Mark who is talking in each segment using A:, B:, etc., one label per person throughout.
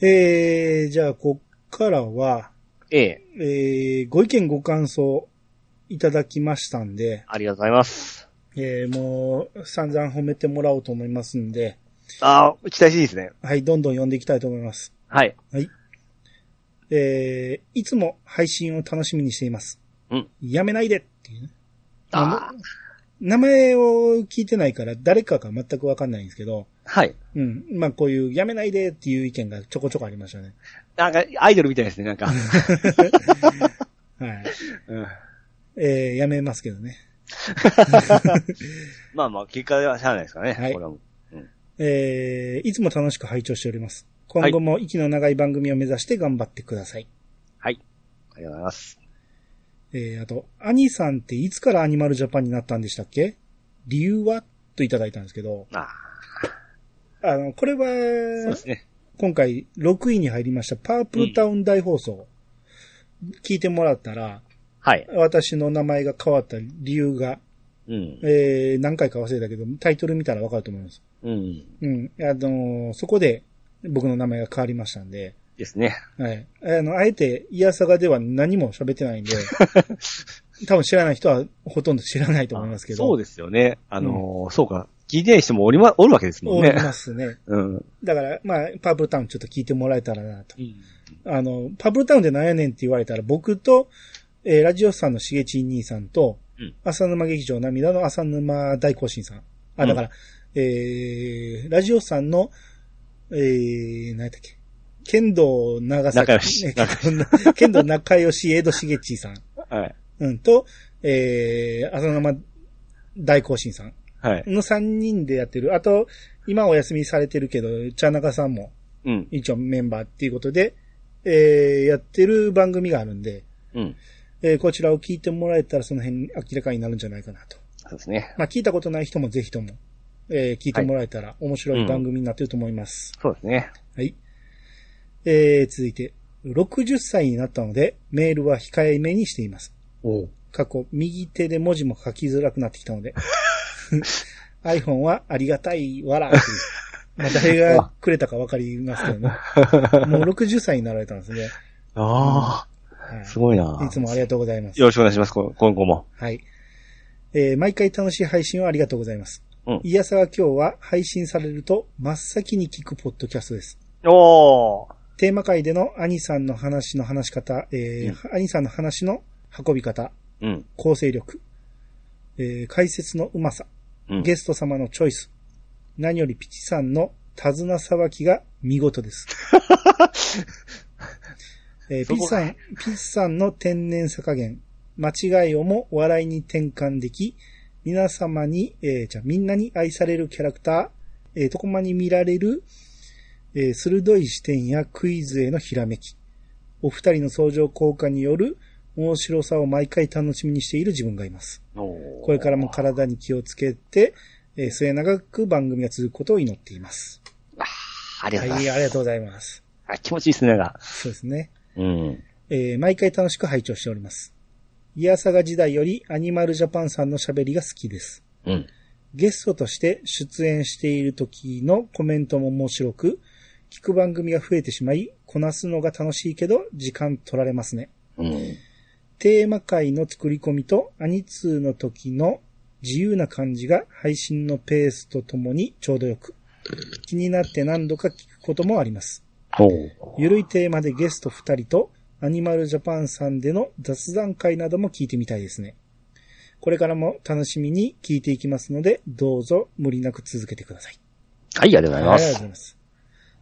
A: えー、じゃあ、こっからは、
B: ええ、
A: えー、ご意見ご感想いただきましたんで、
B: ありがとうございます。
A: えー、もう散々褒めてもらおうと思いますんで、
B: ああ、期待していいですね。
A: はい、どんどん読んでいきたいと思います。
B: はい。
A: えー、いつも配信を楽しみにしています。
B: うん
A: やめないでっていうね。
B: あ
A: 名前を聞いてないから誰かが全くわかんないんですけど、
B: あ、はい。
A: うん。まあこういうやめないでっていう意見がちょこちょこありましたね。
B: なんか、アイドルみたいですね、なんか。
A: はい。
B: うん
A: えー、やめますけどね。
B: まあまあ、結果はしゃあないですからね。
A: はい
B: これはもう
A: えー、いつも楽しく拝聴しております。今後も息の長い番組を目指して頑張ってください。
B: ありがとうございます。
A: えー、あと、アニさんっていつからアニマルジャパンになったんでしたっけ理由はといただいたんですけど、
B: ああ、
A: あの、これ
B: そうで
A: は、
B: すね。
A: 今回6位に入りましたパープルタウン大放送、聞いてもらったら、
B: はい。
A: 私の名前が変わった理由が、
B: うん。
A: えー、何回か忘れたけど、タイトル見たらわかると思います。
B: うん。
A: うん。あのーそこで僕の名前が変わりましたんで、
B: ですね。
A: はい。あの、あえて、イヤサガでは何も喋ってない んで、多分知らない人はほとんど知らないと思いますけど。
B: そうですよね。あのー、そうか。聞いてない人もおりま、おるわけですもん
A: 思い
B: ね。
A: ますね。
B: うん。
A: だから、まあ、パープルタウンちょっと聞いてもらえたらなと。あの、パープルタウンでなんやねんって言われたら、僕と、えーラジオスさんのしげち兄さんと、
B: うん
A: 浅沼劇場涙の浅沼大行進さん。あ、だから、えー、ラジオスさんの、えー、何やったっけ。剣道長崎。
B: 仲良し
A: え ー剣道仲良し、江戸しげちさん。
B: はい。
A: うん、と、えー、浅沼大行進さん。
B: はい。
A: の3人でやってる。あと、今お休みされてるけど、茶中さんも
B: うん。
A: 一応メンバーっていうことで、えー、やってる番組があるんで、
B: うん。
A: えー、こちらを聞いてもらえたらその辺明らかになるんじゃないかなと。
B: そうですね。
A: まあ、聞いたことない人もぜひとも、えー、聞いてもらえたら面白い番組になってると思います。
B: そうですね。
A: はい。えー、続いて、60歳になったので、メールは控えめにしています。
B: お う。
A: 過去、右手で文字も書きづらくなってきたので。iPhone はありがたいわ ら。まあ、誰がくれたかわかりますけどね。もう60歳になられたんですね。
B: あ
A: は
B: あ、
A: い
B: すごいな。
A: いつもありがとうございます。
B: よろしくお願いします、こ今後も。
A: はい。えー毎回楽しい配信をありがとうございます。
B: うん
A: いやさは今日は配信されると真っ先に聞くポッドキャストです。
B: おー。
A: テーマ会での兄さんの話の話し方、えー兄さんの話の運び方、
B: うん。
A: 構成力、えー解説のうまさ、
B: うん。
A: ゲスト様のチョイス。何よりピチさんの手綱さばきが見事 です。えー
B: そ
A: ピチ
B: こ
A: さ
B: が
A: ん、ピチさんの天然さ加減、間違いをも笑いに転換でき、皆様に、えーじゃあみんなに愛されるキャラクター、えー、床間に見られる、えー鋭い視点やクイズへのひらめき、お二人の相乗効果による面白さを毎回楽しみにしている自分がいます。こ
B: こ
A: れからも体に気をつけて、えー末永く番組が続くことを祈っています。
B: ありが
A: は
B: とうござ
A: い、
B: います。
A: ありがとうございます。
B: あ気持ちいいですね、なんか。
A: そうですね。
B: うん。
A: えー毎回楽しく拝聴しております。イヤサガ時代よりアニマルジャパンさんの喋りが好きです。
B: うん。
A: ゲストとして出演している時のコメントも面白く、聞く番組が増えてしまい、こなすのが楽しいけど、時間取られますね。
B: うん。
A: テーマ回の作り込みとアニツーの時の自由な感じが配信のペースとともにちょうどよく、気になって何度か聞くこともあります。
B: おう。
A: ゆるいテーマでゲスト2人とアニマルジャパンさんでの雑談会なども聞いてみたいですね。これからも楽しみに聞いていきますので、どうぞ無理なく続けてください。
B: はい、ありがとうございま
A: ありがとうござ
B: す
A: い。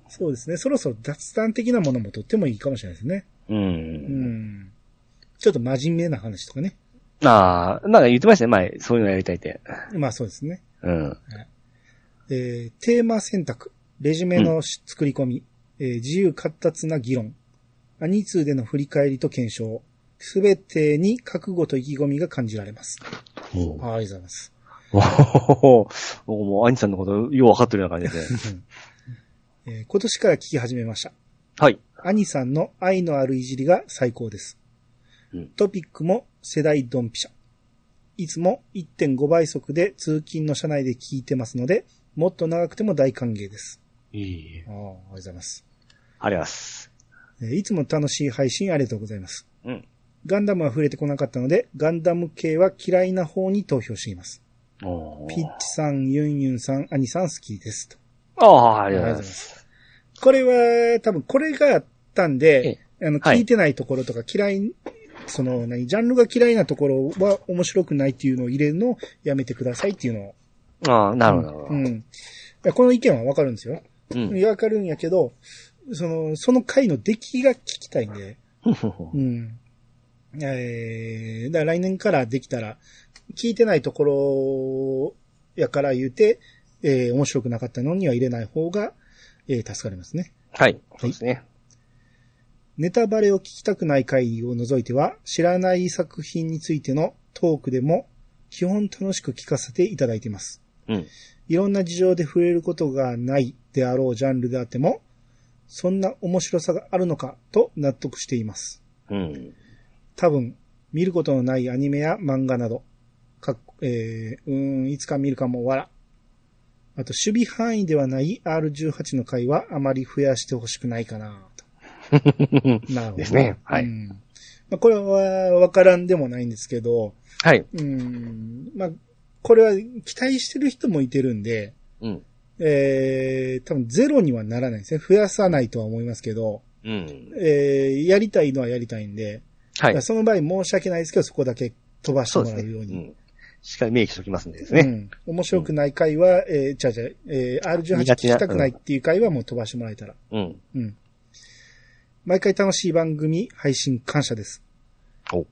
A: ます。そうですね。そろそろ雑談的なものもとってもいいかもしれないですね。
B: う。
A: うんん。ちょっと真面目な話とかね。
B: ああ、なんか言ってましたね、前。そういうのやりたいって。
A: まあそうですね。
B: うん。
A: えーテーマ選択、レジュメのし作り込み、えー自由活達な議論、アニツーでの振り返りと検証、すべてに覚悟と意気込みが感じられます。
B: お
A: あありがとうございます。
B: お 僕もう、兄さんのこと、よう分かってるような感じですね。
A: えー今年から聞き始めました。
B: はい。
A: アニさんの愛のあるいじりが最高です
B: うん。
A: トピックも世代ドンピシャ。いつも1.5倍速で通勤の車内で聞いてますので、もっと長くても大歓迎です。
B: いい。
A: ああ、ありがとうございます。
B: ありがとうございます。
A: えーいつも楽しい配信ありがとうございます。
B: うん。
A: ガンダムは触れてこなかったので、ガンダム系は嫌いな方に投票しています。
B: お
A: ピ
B: ー
A: ッチさん、ユンユンさん、アニさん好きです。と
B: ああ、ありがとうございます。
A: これは、多分これがあったんで、あの、
B: はい
A: 聞いてないところとか嫌い、その、何、ジャンルが嫌いなところは面白くないっていうのを入れるのをやめてくださいっていうのを。
B: ああ、なるほどなるほ
A: う
B: ど。
A: ん。いやこの意見はわかるんですよ。
B: うん。
A: わかるんやけど、その、その回の出来が聞きたいんで、うん。えー、だから来年からできたら、聞いてないところやから言うて、えー、面白くなかったのには入れない方が、えー、助かりますね。
B: はい。そうですね。
A: ネタバレを聞きたくない回を除いては、知らない作品についてのトークでも、基本楽しく聞かせていただいています。
B: うん。
A: いろんな事情で触れることがないであろうジャンルであっても、そんな面白さがあるのかと納得しています。
B: うん。
A: 多分、見ることのないアニメや漫画など、かっえー、うーん、いつか見るかもわら。あと、守備範囲ではない R18 の回はあまり増やしてほしくないかなと。なるほど。
B: ですねはい
A: うんまあ、これはわからんでもないんですけど、
B: はい。
A: うん、まあ、これは期待してる人もいてるんで、
B: うん。
A: えー、多分ゼロにはならないですね。増やさないとは思いますけど、
B: うん。
A: えー、やりたいのはやりたいんで、
B: はい
A: まあ。
B: そ
A: その場合申し訳ないですけど、そこだけ飛ばして
B: う
A: も
B: で
A: ら
B: す
A: う
B: ね。
A: よう
B: う
A: に。
B: ん。しっかり明記しておきますんでです
A: う
B: ね。
A: ん面白くない回は、えー、じゃあじゃあえー、R18 聞
B: 苦手な
A: きたくないっていう回はもう飛ばしてもらえたら。
B: うん。
A: うん。毎回楽しい番組、配信感謝です。
B: お。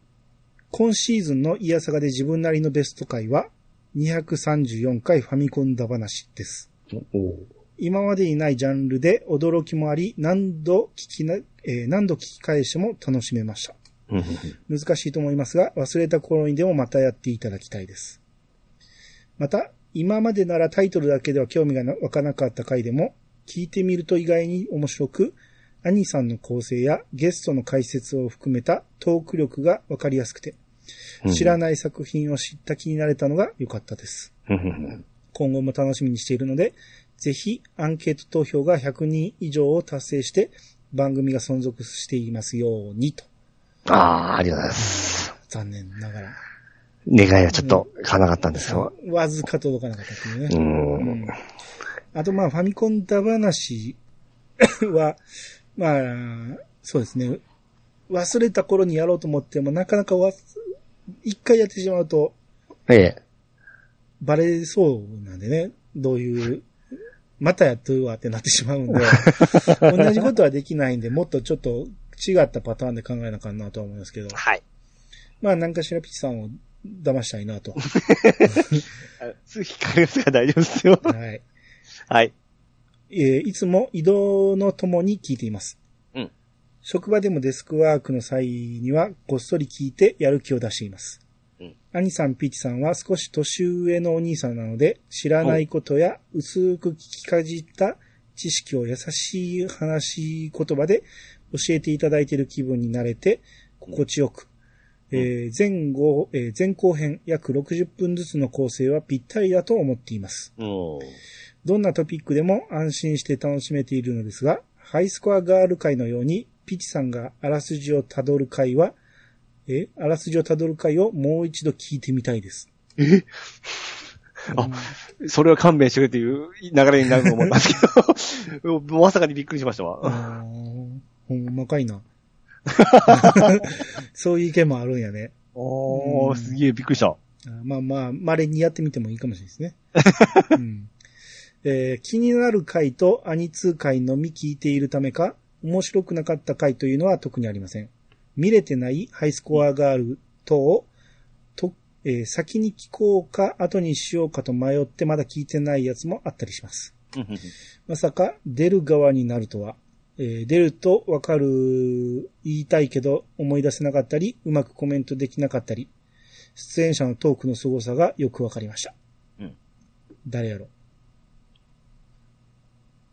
A: 今シーズンのイヤサガで自分なりのベスト回は、234回ファミコンだ話です。
B: お
A: 今までにないジャンルで驚きもあり、何度聞きな、えー何度聞き返しても楽しめました。
B: うん。
A: 難しいと思いますが、忘れた頃にでもまたやっていただきたいです。また、今までならタイトルだけでは興味がな湧かなかった回でも、聞いてみると意外に面白く、アニさんの構成やゲストの解説を含めたトーク力がわかりやすくて、
B: うん
A: 知らない作品を知った気になれたのが良かったです。
B: うん。
A: 今後も楽しみにしているので、ぜひアンケート投票が100人以上を達成して、番組が存続していますようにと。
B: ああ、ありがとうございます。
A: 残念ながら。
B: 願いはちょっと叶わなかったんですよ。
A: わずか届かなかったっていう
B: う
A: ね。
B: ん。
A: うんあとまあファミコンだ話 は、まあ、そうですね。忘れた頃にやろうと思ってもなかなかわす一回やってしまうと
B: ええ。
A: バレそうなんでね。どういう、またやっとるわってなってしまうんで、同じことはできないんで、もっとちょっと違ったパターンで考えなあかんなとは思いますけど、
B: はい。
A: まあなんかしらピッチさんを騙したいなと。
B: すぐ引っかかりますから大丈夫ですよ。
A: はい。
B: はい。
A: えーいつも移動のともに聞いています。
B: うん
A: 職場でもデスクワークの際にはごっそり聞いてやる気を出しています。
B: うん
A: 兄さん、ピーチさんは少し年上のお兄さんなので、知らないことや薄く聞きかじった知識を優しい話し言葉で教えていただいている気分になれて、心地よく、
B: うん
A: えー前後、えー前後編約60分ずつの構成はぴったりだと思っています。
B: うん。
A: どんなトピックでも安心して楽しめているのですが、ハイスコアガール会のように、ピチさんがあらすじをたどる会は、え、あらすじをたどる会をもう一度聞いてみたいです。
B: それは勘弁してくれという流れになると思いますけど、まさかにびっくりしました
A: あ
B: わ。
A: ーほんまかい な。そういう意見もあるんやね。
B: おー、すげえびっくりした。
A: あーまあまあ、稀にやってみてもいいかもしれないですね。うんえー気になる回とアニツー回のみ聞いているためか、面白くなかった回というのは特にありません。見れてないハイスコアガール等を、とえー先に聞こうか後にしようかと迷ってまだ聞いてないやつもあったりします。まさか出る側になるとは、えー出るとわかる、言いたいけど思い出せなかったり、うまくコメントできなかったり、出演者のトークの凄さがよくわかりました。
B: うん
A: 誰やろ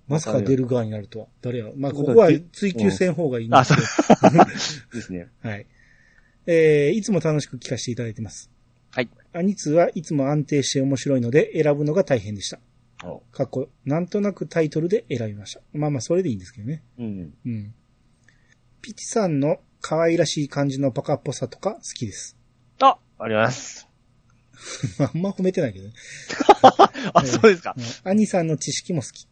A: まさか出る側になるとは。誰やろまあ、
B: とい
A: こ
B: うこと
A: こ
B: は
A: は追求せん方がいいんで
B: あ、
A: す
B: そ
A: け
B: う
A: ど。。
B: ですね。
A: はい。えー、いつも楽しく聞かせていただいてます。
B: はい。
A: アニツーはいつも安定して面白いので選ぶのが大変でした。
B: お
A: かっこ、なんとなくタイトルで選びました。まあまあ、それでいいんですけどね。
B: うん。
A: うん。ピチさんの可愛らしい感じのバカっぽさとか好きです。
B: あ、あります。
A: まああんま褒めてないけどね。
B: あ、そうですか。
A: 兄さんの知識も好き。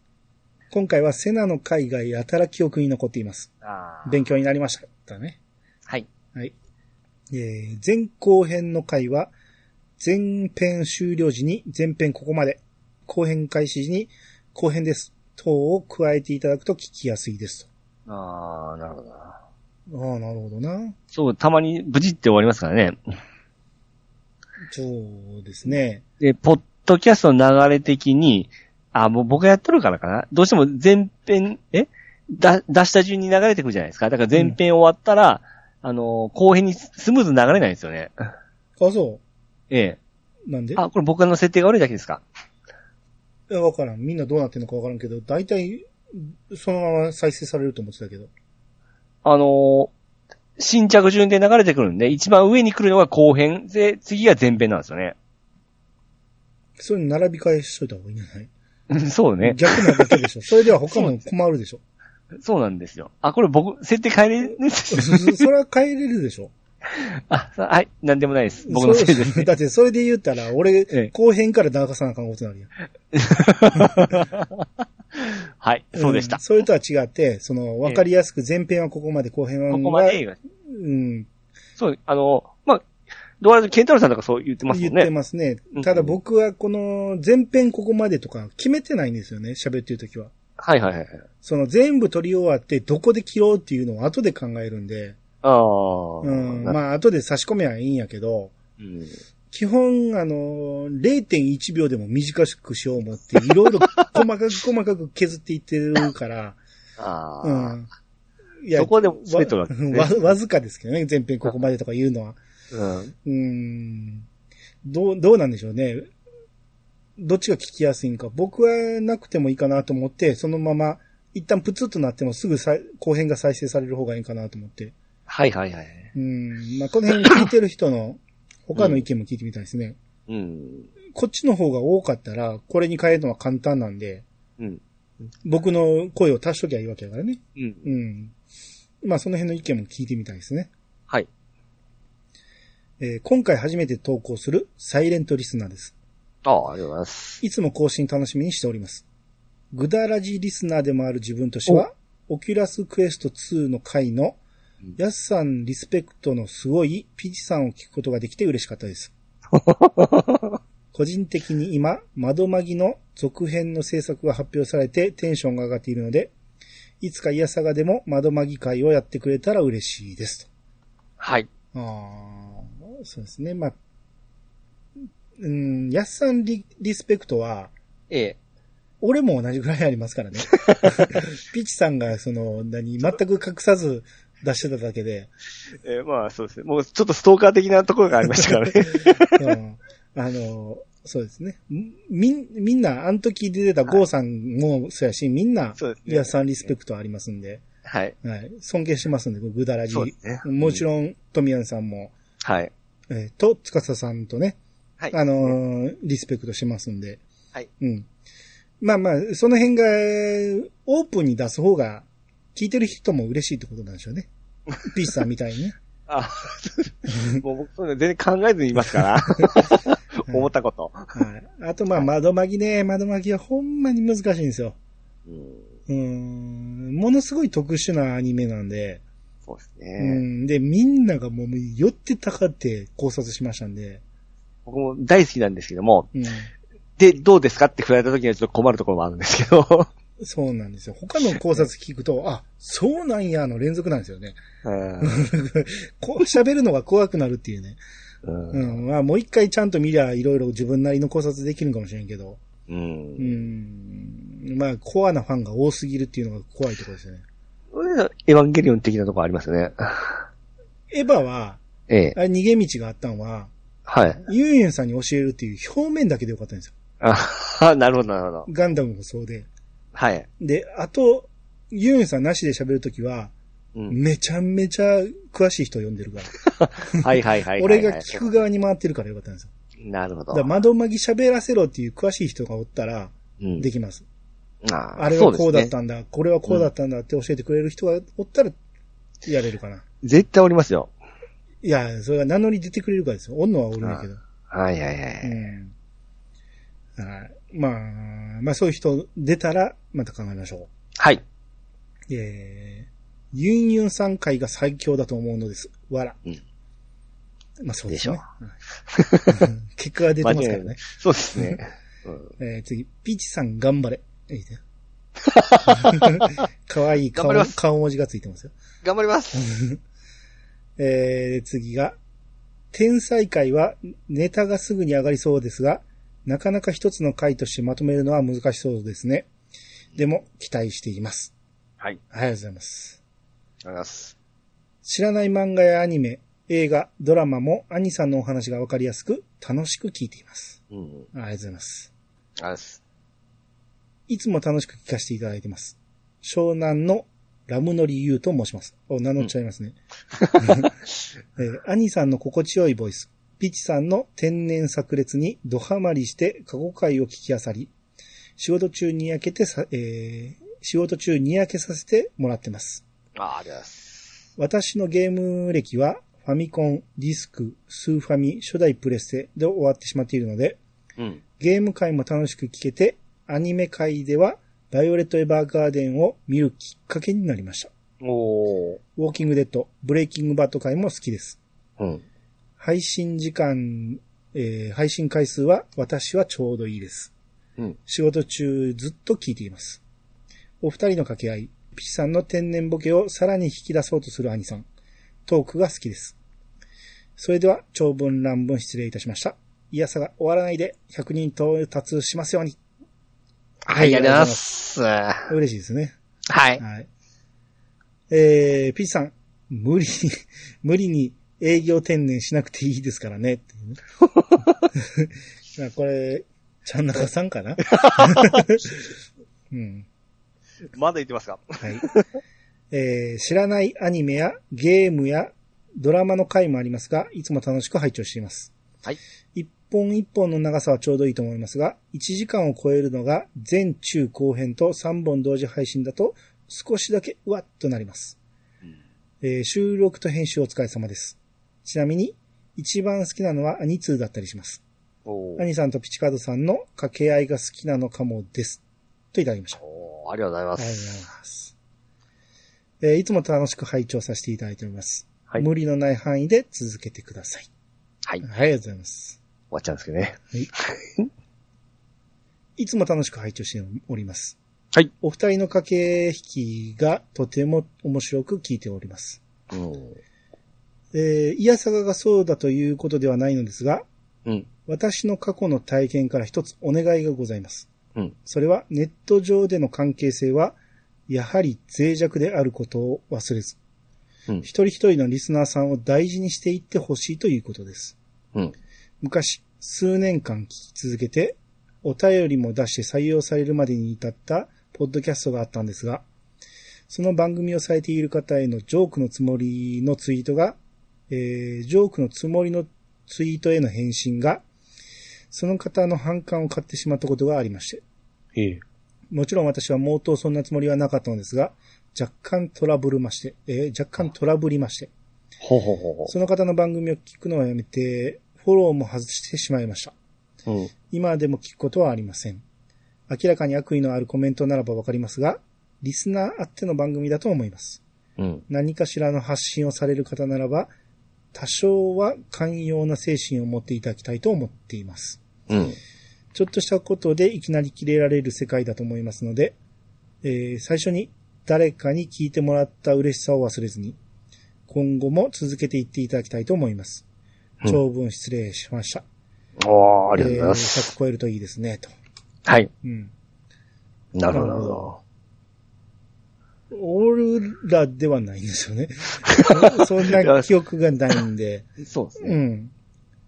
A: 今回はセナの海外やたら記憶に残っています。
B: あー
A: 勉強になりました。だね。
B: はい。
A: はい。えー、前後編の回は、前編終了時に前編ここまで、後編開始時に後編です。等を加えていただくと聞きやすいです
B: ああ、なるほどな。
A: と。ああ、なるほどな。
B: そう、たまに無事って終わりますからね。
A: そうですね。
B: で、ポッドキャストの流れ的に、あ、もう僕がやっとるからかな。どうしても前編、えだ、出した順に流れてくるじゃないですか。だから前編終わったら、あのー、後編にスムーズに流れないんですよね。
A: あ、そ
B: ええ。
A: う。なんであ、
B: あ、これ僕の設定が悪いだけですか。
A: いやわからん。みんなどうなってんのかわからんけど、大体、そのまま再生されると思ってたけど。
B: あのー、新着順で流れてくるんで、一番上に来るのが後編で、次が前編なんですよね。
A: そういうの並び替えしといた方がいいんじゃない
B: うんそうね。
A: 逆なだけ でしょ。それでは他
B: そう
A: も
B: です
A: 困るでしょ。
B: そうなんですよ。あ、これ僕、設定変えれる
A: それは変えれるでしょ。
B: あ、さはい、なんでもないです。僕の
A: そ
B: せ
A: う
B: いです、ね。
A: だってそれで言ったら、
B: え
A: 俺
B: え、
A: 後編から流さなあかんことになるやん。
B: はい、そうでし
A: ん
B: た。
A: それとは違って、その、わかりやすく前編はここまで、後編は。
B: ここまで。
A: うん、
B: そう、あの、まあ、どうやらケンタロウさんとかそう言ってます
A: 言
B: も
A: っ
B: ん
A: て
B: ね。
A: ますね
B: うん。
A: ただ僕はこの、前編ここまでとか決めてないんですよね、喋ってるときは。
B: はいはいはい。
A: その全部撮り終わって、どこで切ろうっていうのを後で考えるんで、
B: ああ。
A: うん、
B: な
A: まあ後で差し込めばいいんやけど、
B: うん
A: 基本、あの、0.1秒でも短くしよう思って、い ろいろ細かく細かく削っていってるから、
B: あ
A: う
B: あ。
A: ん。い
B: そこでも全て
A: わわ
B: わけですね
A: わずかですけどね、前編ここまでとか言うのは。
B: うん。
A: うーん。どう、どうなんでしょうね。どっちが聞きやすいんか。僕はなくてもいいかなと思って、そのまま、一旦プツッとなってもすぐさ後編が再生される方がいいかなと思って。
B: はいはいはい。
A: うん。まあ、この辺聞いてる人の他の意見も聞いてみたいですね。
B: うん。
A: こっちの方が多かったら、これに変えるのは簡単なんで、
B: うん。
A: 僕の声を足しときゃいいわけだからね。
B: うん。
A: うん。まあ、その辺の意見も聞いてみたいですね。
B: はい。
A: えー今回初めて投稿するサイレントリスナーです。
B: ああ、ありがとうございます。
A: いつも更新楽しみにしております。グダラジリスナーでもある自分としては、オキュラスクエスト2の回の
B: うん、
A: ヤスさんリスペクトのすごいピチさんを聞くことができて嬉しかった です。個人的に今、窓まぎの続編の制作が発表されてテンションが上がっているので、いつかイヤサガでも窓まぎ会をやってくれたら嬉しいですと。
B: はい。
A: ああ、そうですね。まあ、うん、ヤスさんリリスペクトは、
B: ええ。
A: 俺も同じぐらいあります からね。ピチさんが、その、何、全く隠さず出してただけで、
B: えーまあそうですね。もうちょっとストーカー的なところがありましたからね。
A: うん、あの、そうですね。みん、みんな、あの時出てたゴーさんもそうやし、みんな、
B: そうですね
A: リアさんリスペクトありますんで、
B: はい。
A: はい、尊敬してますんで、グダラジ
B: そう。ですね。
A: もちろん、トミヤンさんも、
B: はい。
A: えーと、つかささんとね、
B: はい。
A: あのーリスペクトしますんで。
B: はい。
A: うん。まあまあ、その辺が、オープンに出す方が、聞いてる人も嬉しいってことなんでしょう ね。ピースさんみたいにね。
B: あ、 もう僕そういうの全然考えずにいますから。思ったこと。
A: はい。あとまあ、窓まぎね、窓まぎはほんまに難しいんですよ。
B: うん
A: うーん。ものすごい特殊なアニメなんで、
B: そうです
A: う
B: ね。
A: ん。で、みんながもう寄ってたかって考察しましたんで、
B: 僕も大好きなんですけども、
A: うん。
B: で、どうですかって振られた時にはちょっと困るところもあるんですけど。
A: そうなんですよ。他の考察聞くと、あ、そうなんやの連続なんですよね。
B: うん
A: こう喋るのが怖くなるっていうね。
B: う
A: うんん。まあ、もう一回ちゃんと見りゃ、いろいろ自分なりの考察できるんかもしれんけど。
B: う
A: うんん。まあ、コアなファンが多すぎるっていうのが怖いところですよね。
B: エヴァンゲリオン的なところありますよね。
A: エヴァは、
B: ええ。
A: あれ逃げ道があったのは、
B: はい。
A: ユンユンさんに教えるっていう表面だけでよかったんですよ。
B: あ なるほど、なるほど。
A: ガンダムもそうで。
B: はい。
A: で、あと、ユンユンさんなしで喋るときは、
B: うん
A: めちゃめちゃ詳しい人呼んでるから。
B: はいはいはいはいはい。
A: 俺が聞く側に回ってるからよかったんですよ。
B: なるほ
A: だ
B: ど
A: から。窓まぎ喋らせろっていう詳しい人がおったら、
B: うん。
A: できます。
B: あー
A: あれ
B: そ
A: はこうだっ
B: ですね。
A: たんだ、これはこうだったんだって教えてくれる人がおったら、やれるかな。
B: 絶対おりますよ。
A: いや、それが名乗り出てくれるかですよ。おんのはおるんだけど。
B: はいはいは
A: う
B: い。
A: ん。はい。まあ、まあそういう人出たら、また考えましょ
B: はい。
A: う。えー、ユンユンさん会が最強だと思うのです。わら。
B: うん
A: まあそうで
B: ですしょ
A: ね。うん結果が出てますから
B: 間違いな
A: ね
B: い。そうですね。うん
A: えー、次、ピーチさん頑張れ。いい ね。かわいい顔
B: 頑張ります
A: 顔文字がついてますよ。
B: 頑張ります。
A: えー、次が、天才会はネタがすぐに上がりそうですが、なかなか一つの回としてまとめるのは難しそうですね。でも、期待しています。
B: はい。
A: ありがとうございます。
B: ありがとうございます。
A: 知らない漫画やアニメ、映画、ドラマも兄さんのお話がわかりやすく、楽しく聞いています。
B: うん。ありがとう
A: ありがとうございます。
B: ございます。
A: いつも楽しく聞かせていただいてます。湘南のラムノリユウと申します。お、名乗っちゃいますね。 えー兄さんの心地よいボイス、ピチさんの天然炸裂にドハマりして過去回を聞き漁り、仕事中にやけてさ、えー仕事中にやけさせてもらってます。
B: あーありがとうございます。
A: 私のゲーム歴は、ファミコン、ディスク、スーファミ、初代プレステで終わってしまっているので、
B: うん。
A: ゲーム界も楽しく聞けて、アニメ界では、バイオレット・エヴァーガーデンを見るきっかけになりました。
B: おー。
A: ウォーキングデッド、ブレイキングバット界も好きです。
B: うん。
A: 配信時間、えー配信回数は私はちょうどいいです。
B: うん。
A: 仕事中ずっと聞いています。お二人の掛け合い、ピチさんの天然ボケをさらに引き出そうとする兄さん。トークが好きです。それでは、長文乱文失礼いたしました。いやさが終わらないで、100人到達しますように。
B: はい、ありがとうございます。は
A: 嬉しいですね。
B: い。
A: はい。えー、ピチさん、無理 に、無理に営業天然しなくていいですからね。 っていうねまあこれ、ちゃんなかさんかな うん。
B: まだ言ってますか
A: はい。えー知らないアニメやゲームやドラマの回もありますが、いつも楽しく拝聴しています。
B: はい。
A: 一本一本の長さはちょうどいいと思いますが、1時間を超えるのが全中後編と3本同時配信だと少しだけうわっとなります。えー収録と編集お疲れ様です。ちなみに、一番好きなのはアニツーだったりします。
B: お
A: ア
B: ー。
A: ニさんとピチカードさんの掛け合いが好きなのかもです。といただきました。
B: おー、ありがとうございま
A: ありがとうご
B: す。
A: ざいます。えーいつも楽しく拝聴させていただいております。
B: はい
A: 無理のない範囲で続けてください。
B: はい。
A: あ
B: 終
A: りがとうございます。
B: わっちゃうんですけどね。
A: いつも楽しく拝聴しております。
B: はい。
A: お二人の駆け引きがとても面白く聞いております。
B: うん。
A: えー、いやさががそうだということではないのですが、
B: うん。
A: 私の過去の体験から一つお願いがございます。
B: うん
A: それはネット上での関係性は、やはり脆弱であることを忘れず、
B: うん
A: 一人一人のリスナーさんを大事にしていってほしいということです。
B: うん。
A: 昔、数年間聞き続けて、お便りも出して採用されるまでに至ったポッドキャストがあったんですが、その番組をされている方へのジョークのつもりのツイートが、えージョークのつもりのツイートへの返信が、その方の反感を買ってしまったことがありまして、
B: ええ。
A: もちろん私は毛頭そんなつもりはなかったのですが、若干トラブルまして、えー若干トラブりまして、
B: ほうほうほうほ
A: その方の番組を聞くのはやめて、フォローも外してしまいました。
B: う。うん。
A: 今でも聞くことはありません。明らかに悪意のあるコメントならばわかりますが、リスナーあっての番組だと思います。
B: うん。
A: 何かしらの発信をされる方ならば、多少は寛容な精神を持っていただきたいと思っています。
B: うん。
A: ちょっとしたことでいきなり切れられる世界だと思いますので、えー最初に誰かに聞いてもらった嬉しさを忘れずに、今後も続けていっていただきたいと思います。
B: うん
A: 長文失礼しました。
B: おー、ありがとうございます。
A: えー100超えるといいですね、と。
B: はい。
A: うん。
B: なるほど。
A: な
B: な
A: るほ
B: るほ
A: ど
B: ど
A: 俺らではないんですよね。そんな記憶がないんで。
B: そうです
A: う
B: ね。
A: ん。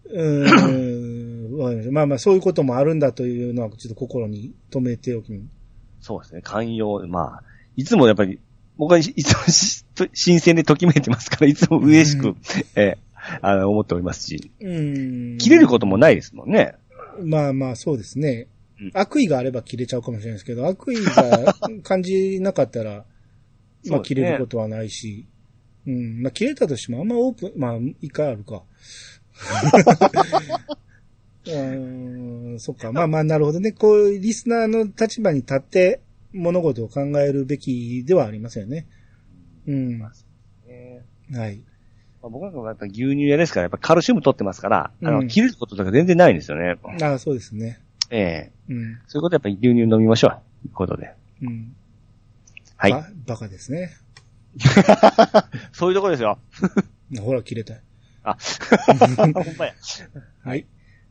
A: うーん。わかりましたまあまあ、そういうこともあるんだというのは、ちょっと心に留めておきに。
B: そうですね。寛容。まあ、いつもやっぱり、僕はいつもしと新鮮でときめいてますから、いつも嬉し
A: う
B: く、
A: ん
B: えーあの、思っておりますし、
A: うん。
B: 切れることもないですもんね。
A: まあまあ、そうですね。
B: うん
A: 悪意があれば切れちゃうかもしれないですけど、悪意が感じなかった ら、ま
B: そうです
A: あ
B: ね
A: 切れることはないし、うん、まあ切れたとしてもあんまオープン、まあ一回ある か。うーん、そっか。まあまあなるほどね。こういうリスナーの立場に立って物事を考えるべきではありますよね。うん。は
B: ね
A: い。
B: まあ、僕なんかはやっぱ牛乳屋ですから、やっぱカルシウム取ってますから、あの、
A: うん
B: 切ることとか全然ないんですよね。
A: ああ、そうですね。
B: ええ
A: うん。
B: そういうことやっぱり牛乳飲みましょう。ということで。
A: うん。
B: はい。
A: ばバカですね。
B: そういうところで すよ。
A: ほら、切れたい。
B: あ、ほんまや。
A: はい。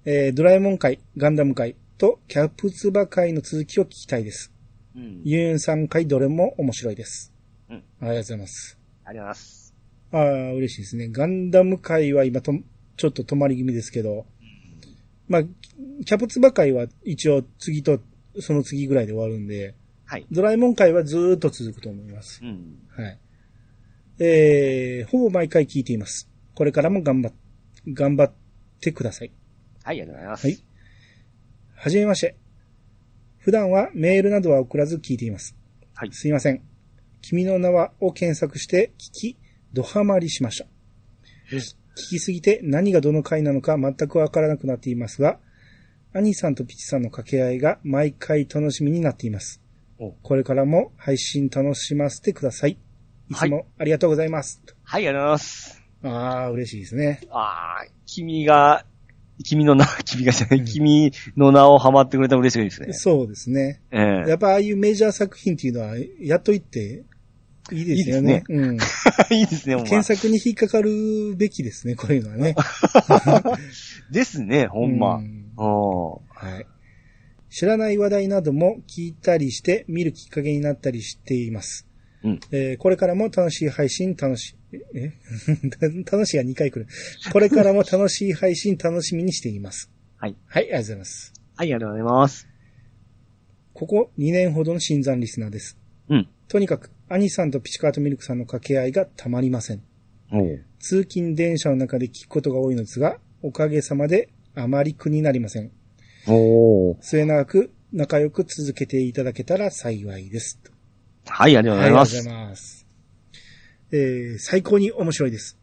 A: えー、ドラえもん会、ガンダム会とキャプツバ会の続きを聞きたいです。
B: うん。
A: ユーンさん会どれも面白いです。
B: うん
A: ありがとうございます。
B: ありがとうございます。
A: ああ、嬉しいですね。ガンダム会は今と、ちょっと止まり気味ですけど、まあ、キャプツバ会は一応次と、その次ぐらいで終わるんで、
B: はい。
A: ドラえもん会はずーっと続くと思います。
B: うん。
A: はい。えー、ほぼ毎回聞いています。これからも頑張っ、頑張ってください。
B: はい、ありがとうございます。
A: はい。はじめまして。普段はメールなどは送らず聞いています。
B: はい
A: すいません。君の名はを検索して聞き、ドハマりしました。
B: うん
A: 聞きすぎて何がどの回なのか全くわからなくなっていますが、アニさんとピチさんの掛け合いが毎回楽しみになっています
B: お。
A: これからも配信楽しませてください。いつもありがとうございます。
B: はい、ありがとうございます。
A: ああ、嬉しいですね。
B: あー、君が、君の名、 君がじゃない、
A: うん
B: 君の名をハマってくれたら嬉しいですね。
A: そうですね。
B: え
A: や
B: え
A: っぱああいうメジャー作品っていうのは、やっといって、いいですよね。 うん。
B: いいですね、ほんま
A: 検。索に引っかかるべきですね、こういうのはね。
B: ですね、ほんま
A: う。ん
B: おー
A: はい。知らない話題なども聞いたりして、見るきっかけになったりしています。
B: うん
A: えーこれからも楽しい配信、楽し、え 楽しいが2回来る。これからも楽しい配信、楽しみにしています。
B: はい。
A: はい、ありがとうございます。
B: はい、ありがとうございます。
A: ここ2年ほどの新参リスナーです。
B: うん。
A: とにかく、アニさんとピチカートミルクさんの掛け合いがたまりません。
B: おー
A: 通勤電車の中で聞くことが多いのですが、おかげさまであまり苦になりません。
B: おー
A: 末永く仲良く続けていただけたら幸いです。
B: はい、ありがとうございま
A: ありが
B: す
A: と。うございます。えー、最高に面白いです。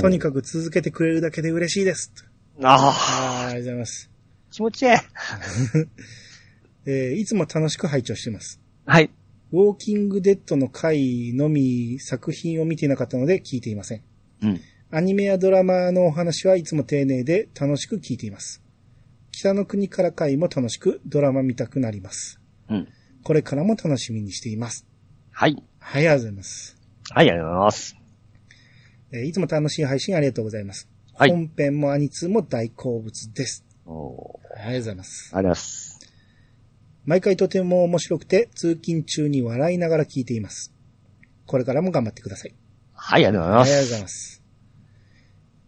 A: とに
B: く。
A: かく続けてくれるだけで嬉しいです。あーあり
B: あ
A: がとうございます。
B: ー、気持ちいい。
A: えー、いつも楽しく拝聴しています。
B: はい。
A: ウォーキングデッドの回のみ作品を見ていなかったので聞いていません。
B: うん。
A: アニメやドラマのお話はいつも丁寧で楽しく聞いています。北の国から会も楽しくドラマ見たくなります。
B: うん。
A: これからも楽しみにしています。
B: はい。
A: はい、ありがとうございます。
B: はい、ありがとうございます。
A: えーいつも楽しい配信ありがとうございます。
B: はい。
A: 本編もアニツーも大好物です。
B: おー
A: ありがとうございます。
B: ありがとうございます。
A: 毎回とても面白くて通勤中に笑いながら聞いています。これからも頑張ってください。
B: はい、ありがとうご
A: あり
B: ざ
A: が
B: い
A: と
B: ま
A: うござい
B: す。
A: ます。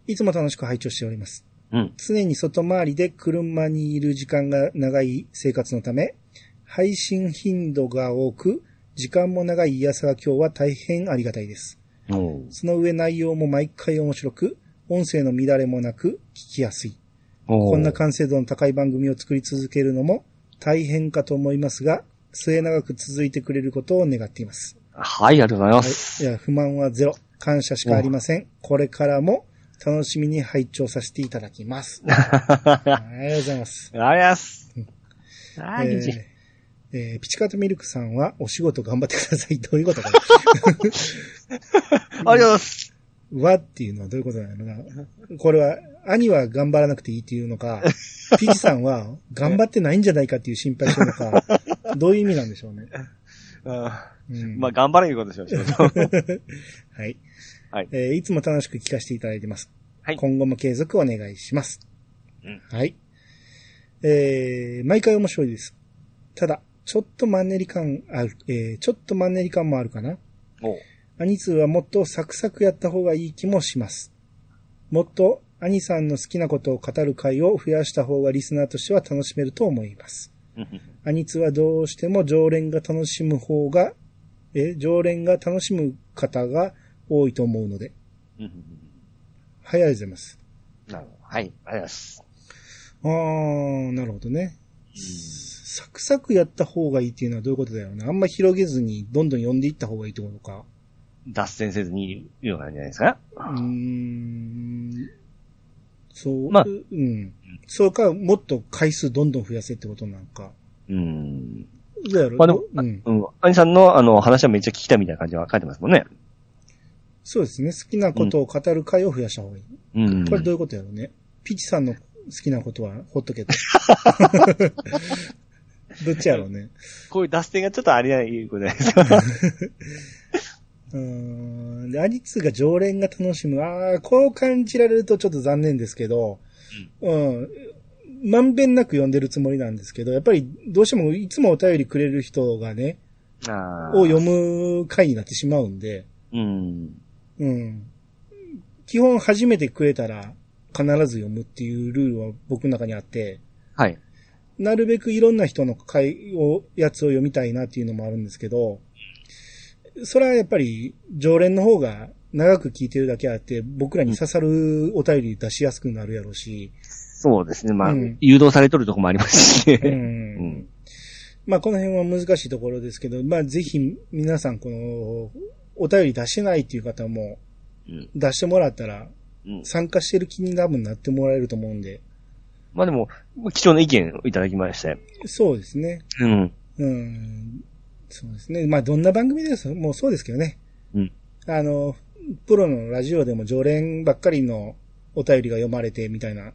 A: いつも楽しく拝聴しております。
B: うん。
A: 常に外回りで車にいる時間が長い生活のため、配信頻度が多く、時間も長いイヤサが今日は大変ありがたいです。
B: おー
A: その上内容も毎回面白く、音声の乱れもなく聞きやすい。
B: おー
A: こんな完成度の高い番組を作り続けるのも大変かと思いますが、末永く続いてくれることを願っています。
B: はい、ありがとうございま
A: はい。
B: す。
A: いや、不満はゼロ。感謝しかありません。これからも楽しみに拝聴させていただき ます。ありがとうございます。
B: ありがとうございます。あー、気持ちいい。
A: えーえーピチカートミルクさんはお仕事頑張ってください。どういうことかな
B: ありがとうございます。
A: わっていうのはどういうことなのかなこれは、兄は頑張らなくていいっていうの か、ピチさんは頑張ってないんじゃないかっていう心配してるのか、どういう意味なんでしょうね。う
B: う
A: んん
B: まあ、頑張れいうことでしょう仕事
A: はい。
B: はい
A: えーいつも楽しく聞かせていただいてます。
B: はい
A: 今後も継続お願いします。
B: うん
A: はい。えー毎回面白いです。ただ、ちょっとマンネリ感ある、えーちょっとマンネリ感もあるかな。
B: おう
A: アニツーはもっとサクサクやった方がいい気もします。もっとアニさんの好きなことを語る回を増やした方がリスナーとしては楽しめると思います。
B: うん
A: アニツーはどうしても常連が楽しむ方が、え、常連が楽しむ方が多いと思うので。はい、ありがとうございます。
B: なるほど。はい、ありがとうございます。
A: あー、なるほどね。サクサクやった方がいいっていうのはどういうことだよね。あんま広げずに、どんどん読んでいった方がいいってことか。
B: 脱線せずに言うようなんじゃないですか。
A: うーん。そう、
B: まあ
A: うん。そうか、もっと回数どんどん増やせってことなんか。
B: うん。
A: どうやろう、
B: まあでも
A: うん。
B: うん。アニさんの、あの、話はめっちゃ聞きたいみたいな感じは書いてますもんね。
A: そうですね。好きなことを語る回を増やした方がいい。
B: うん。
A: これどういうことやろうね。ピチさんの好きなことはほっとけ と。どっちやろうね。
B: こういう脱線がちょっとありないことじゃないですか。
A: うーん。で、アニツが常連が楽しむ。ああ、こう感じられるとちょっと残念ですけど、うん。まんべんなく読んでるつもりなんですけど、やっぱりどうしてもいつもお便りくれる人がね、
B: あー
A: を読む回になってしまうんで、
B: うん。
A: うん。基本初めてくれたら必ず読むっていうルールは僕の中にあって、
B: はい。
A: なるべくいろんな人の回を、やつを読みたいなっていうのもあるんですけど、それはやっぱり常連の方が長く聞いてるだけあって、僕らに刺さるお便り出しやすくなるやろうし、
B: そうですね。まあ、
A: うん
B: 誘導されとるとこもありますしね。
A: うん
B: うん
A: まあこの辺は難しいところですけど、まあぜひ皆さんこのお便り出してないっていう方も
B: うん
A: 出してもらったら
B: うん
A: 参加してる気に多分なってもらえると思うんで、
B: まあでも、貴重な意見をいただきまして。
A: そうですね。
B: うん。
A: うん。そうですね。まあ、どんな番組ですもうそうですけどね。
B: うん
A: あの、プロのラジオでも常連ばっかりのお便りが読まれてみたいな、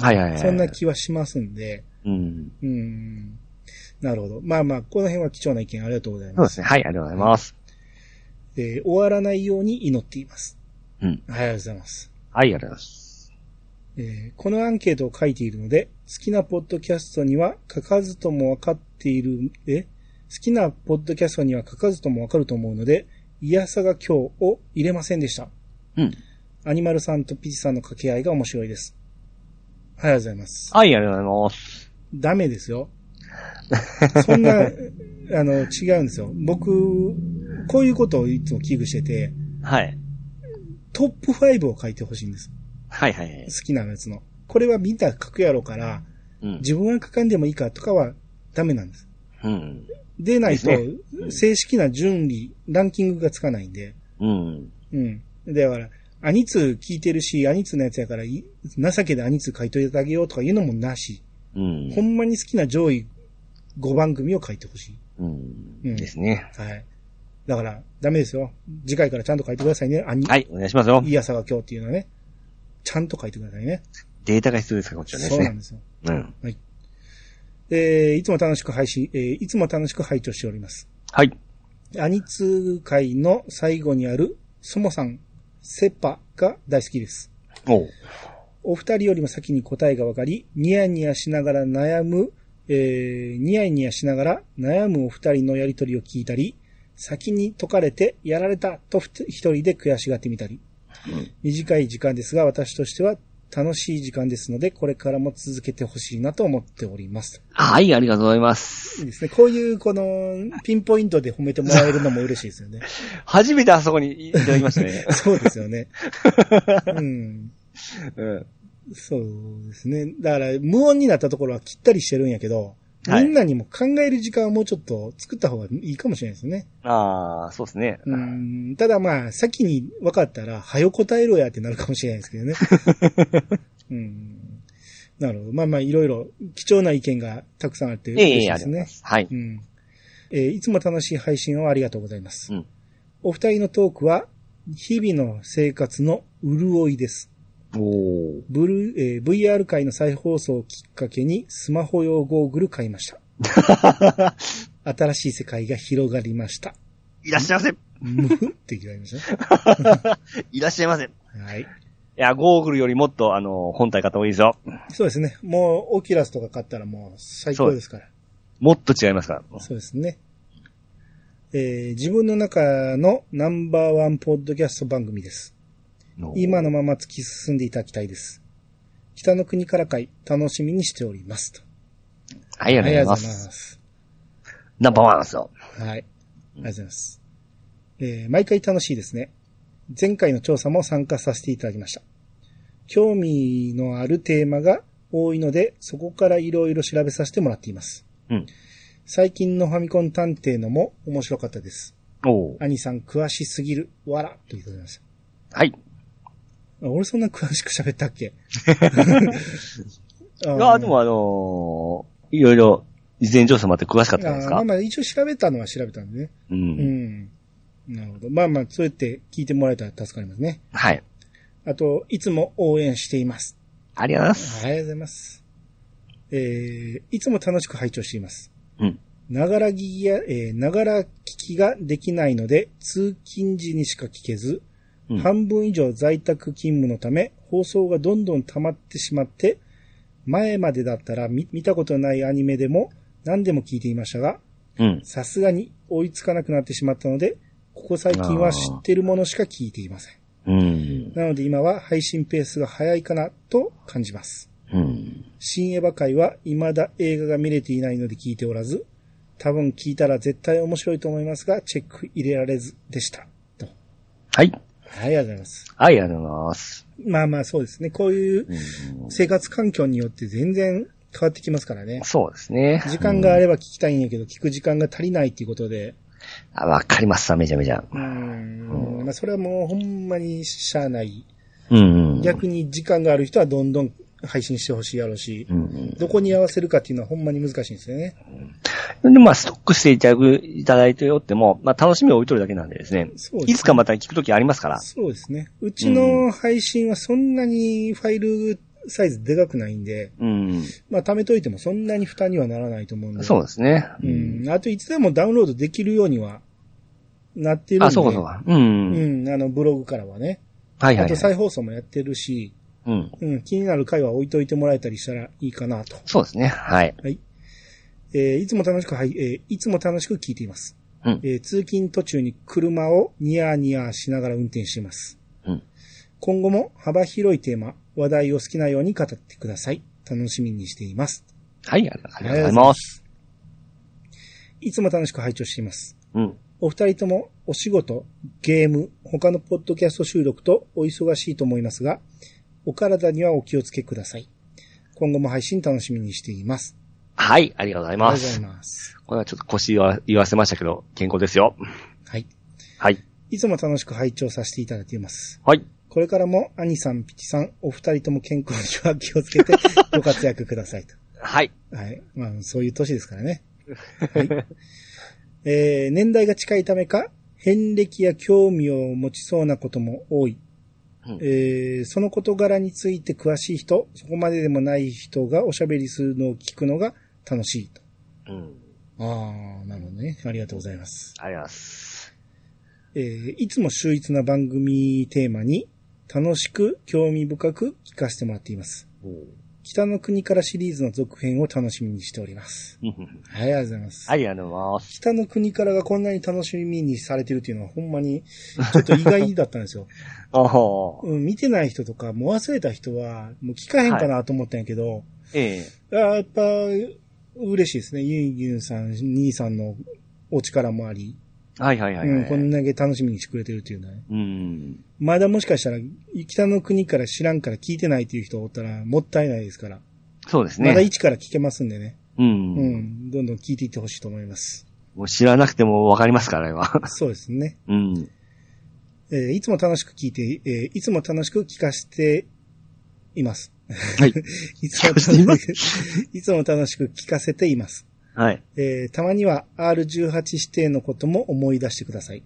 B: はいはいはい。
A: そんな気はしますんで。
B: うん。
A: うん。なるほど。まあまあ、この辺は貴重な意見ありがとうござい
B: そう
A: ま。
B: ですすね。はい、ありがとうございます。
A: えー終わらないように祈っています。
B: うん。
A: はい、ありがとうございます。
B: はい、ありがとうございます。
A: えーこのアンケートを書いているので、好きなポッドキャストには書かずともわかっている、え好きなポッドキャストには書かずともわかると思うので、いやさが今日を入れませんでした。
B: うん。
A: アニマルさんとピチさんの掛け合いが面白いです。ありがとうございます。
B: はい、ありがとうございます。
A: ダメですよ。そんな、あ の、違うんですよ。僕、こういうことをいつも危惧してて、
B: はい。
A: トップ5を書いてほしいんです。
B: はいはいはい
A: 好。きなやつの。これはみんな書くやろから、
B: うん。
A: 自分は書かんでもいいかとかはダメなんです。
B: うん。
A: でないと
B: ですね、
A: 正式な順位、ランキングがつかないんで。
B: うん。
A: うん。だから、アニツ聞いてるし、アニツのやつやから、い情けでアニツ書いといてあげようとかいうのもなし、
B: うん
A: ほ。んまに好きな上位5番組を書いてほしい。
B: うん。
A: うん
B: ですね。
A: はい。だから、ダメですよ。次回からちゃんと書いてくださいね。アニ、
B: はい、お願いしますよ
A: い、。い朝が今日っていうのはね。ちゃんと書いてくださいね。
B: データが必要ですから、こっちはです
A: そうな
B: ね
A: ん。ですよ。
B: うん。
A: えー、いつも楽しく配信、えー、いつも楽しく拝聴しております。
B: はい。
A: アニツ会の最後にある、そもさん、セパが大好きです。
B: おう。
A: お二人よりも先に答えが分かり、ニヤニヤしながら悩む、えー、ニヤニヤしながら悩むお二人のやりとりを聞いたり、先に解かれてやられたとふ一人で悔しがってみたり、
B: うん
A: 短い時間ですが私としては楽しい時間ですので、これからも続けてほしいなと思っております。
B: はい、ありがとうございます。
A: いいですね。こういう、この、ピンポイントで褒めてもらえるのも嬉しいですよね。。
B: 初めてあそこにいただきましたね
A: そうですよね。うん。
B: うん。
A: そうですね。だから、無音になったところはきったりしてるんやけど、
B: はい
A: みんなにも考える時間をもうちょっと作った方がいいかもしれないですね。
B: ああ、そうですね。
A: うん。ただまあ、先に分かったら、早よ答えろやってなるかもしれないですけど ね。うん。なるほど。まあまあ、いろいろ貴重な意見がたくさんあって
B: ええ
A: 嬉
B: え
A: しい
B: え、
A: で
B: ありがと
A: す
B: うござい
A: ね
B: ま。す。はい。
A: うん。えーいつも楽しい配信をありがとうございます。
B: うん
A: お二人のトークは、日々の生活の潤いです。
B: お
A: ブルーえー VR 界の再放送をきっかけにスマホ用ゴーグル買いました。新しい世界が広がりました。
B: いらっしゃいませ。
A: むふって言われました ね。
B: いらっしゃいませ。い
A: はい。
B: や、ゴーグルよりもっと、あの、本体買った方がいいですよ。
A: そうですね。もう、オキュラスとか買ったらもう最高ですから。
B: もっと違いますから。
A: そうですね。えー自分の中のナンバーワンポッドキャスト番組です。今のまま突き進んでいただきたいです。北の国から会、楽しみにしております。と
B: はい、ありがとうございま
A: ありがとうござい
B: す。
A: ます。
B: ナンバーワンですよ。
A: はい。ありがとうございます。えー毎回楽しいですね。前回の調査も参加させていただきました。興味のあるテーマが多いので、そこからいろいろ調べさせてもらっています。
B: うん。
A: 最近のファミコン探偵のも面白かったです。
B: おう
A: 兄さん詳しすぎる。わら。ということでます。
B: はい。
A: 俺そんな詳しく喋ったっ けあ
B: ああ、でもあのーいろいろ、事前調査もあって詳しかったんです
A: あま
B: か
A: あまあ、一応調べたのは調べたんでね。
B: う。
A: うんん。なるほど。まあまあ、そうやって聞いてもらえたら助かりますね。
B: はい。
A: あと、いつも応援しています。
B: ありがとうございます。
A: ありがとうございます。えー、いつも楽しく拝聴しています。
B: うん。
A: ながら聞きや、えー、ながら聞きができないので、通勤時にしか聞けず、
B: うん
A: 半分以上在宅勤務のため、放送がどんどん溜まってしまって、前までだったら見見たことないアニメでも何でも聞いていましたが、
B: うん。
A: さすがに追いつかなくなってしまったので、ここ最近は知ってるものしか聞いていません。
B: うん。
A: なので今は配信ペースが早いかなと感じます。
B: うん。
A: 新エヴァ界は未だ映画が見れていないので聞いておらず、多分聞いたら絶対面白いと思いますが、チェック入れられずでした。と。
B: はい。
A: はい、ありがとうございます。
B: はい、ありがとうございます。
A: まあまあそうですね。こういう
B: うん
A: 生活環境によって全然変わってきますからね。
B: そうですね。
A: 時間があ
B: うん
A: れば聞きたいんやけど、聞く時間が足りないっていうことで、
B: あわかります、めちゃめちゃ。
A: うーん、まあそれはもうほんまにしゃあない。
B: うんうん。
A: 逆に時間がある人はどんどん配信してほしいやろうし
B: う、んうん
A: どこに合わせるかっていうのはほんまに難しいんですよね。
B: で、まあ、ストックしていただく、いただいておっても、まあ、楽しみを置いとるだけなんでですね。
A: そうですね
B: いつかまた聞くときありますから。
A: そうですね。うちの配信はそんなにファイルサイズでかくないんで、
B: うん。
A: まあ貯めといてもそんなに負担にはならないと思うんで。
B: そうですね。
A: うん。あといつでもダウンロードできるようにはなってるんで。
B: あ、そうかそうか。うん。うん、
A: うん、あのブログからはね。
B: はい
A: あ
B: はい、
A: と
B: はい。
A: 再放送もやってるし、
B: うん。
A: うん、気になる回は置いといてもらえたりしたらいいかなと。
B: そうですね。はい。
A: えーいつも楽しく、はい、えーいつも楽しく聞いています。
B: うん
A: えー通勤途中に車をニヤニヤしながら運転しています。
B: うん
A: 今後も幅広いテーマ、話題を好きなように語ってください。楽しみにしています。
B: はい、ありがとうございます。
A: いつも楽しく拝聴しています。
B: うん。
A: お二人ともお仕事、ゲーム、他のポッドキャスト収録とお忙しいと思いますが、お体にはお気をつけください。今後も配信楽しみにしています。
B: はい、ありがとうござい
A: あり
B: ま
A: がとうご
B: す。
A: ざいます。
B: これはちょっと腰言わ言わせましたけど、健康ですよ。
A: はい。
B: はい。
A: いつも楽しく拝聴させていただいています。
B: はい。
A: これからも、兄さん、ピチさん、お二人とも健康には気をつけ て、ご活躍くださいと。
B: はい。
A: はい。まあ、そういう年ですからね。はい。えー、年代が近いためか、遍歴や興味を持ちそうなことも多い。
B: うん
A: えー、その事柄について詳しい人、そこまででもない人がおしゃべりするのを聞くのが楽しいと。
B: うん。
A: ああ、なるほどね。ありがとうございます。
B: ありがとうございます。
A: えーいつも秀逸な番組テーマに楽しく興味深く聞かせてもらっています。北の国からシリーズの続編を楽しみにしております。
B: うん
A: はい、ありがとうございます。
B: ありがとうございます。
A: 北の国からがこんなに楽しみにされてるっていうのはほんまにちょっと意外だったんです よ。
B: おお。
A: うん、見てない人とかもう忘れた人はもう聞かへんかなと思ったんやけど、
B: え
A: あ
B: え
A: ーやっぱ嬉しいですね。ユンユンさん、兄さんのお力もあり、
B: はいはいはい、はい。
A: うん、こんだけ楽しみにしてくれてるっていうのはね。
B: うん。
A: まだもしかしたら、北の国から知らんから聞いてないっていう人おったら、もったいないですから。
B: そうですね。
A: まだ一から聞けますんでね。
B: うん。
A: うん、どんどん聞いていってほしいと思います。
B: もう知らなくてもわかりますから、 今。
A: そうですね。
B: うん。
A: えーいつも楽しく聞いて、えーいつも楽しく聞かしています。
B: はい。
A: いつも楽
B: 聞
A: し
B: かせてい
A: く、いつも楽しく聞かせています。
B: はい。
A: えーたまには R18 指定のことも思い出してください。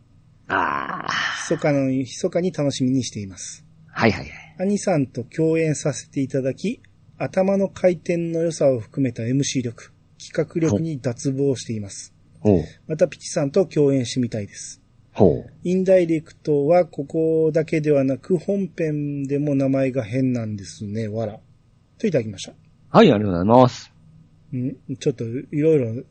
B: ああ。
A: 密かの、密かに楽しみにしています。
B: はいはいはい。
A: 兄さんと共演させていただき、頭の回転の良さを含めた MC 力、企画力に脱帽しています。
B: ほう。
A: またピチさんと共演してみたいです。
B: ほ
A: インダイレクトはここだけではなく本編でも名前が変なんですね、わら。といただきました。
B: う。はい、ありがとうございます。
A: んちょっといろいろ、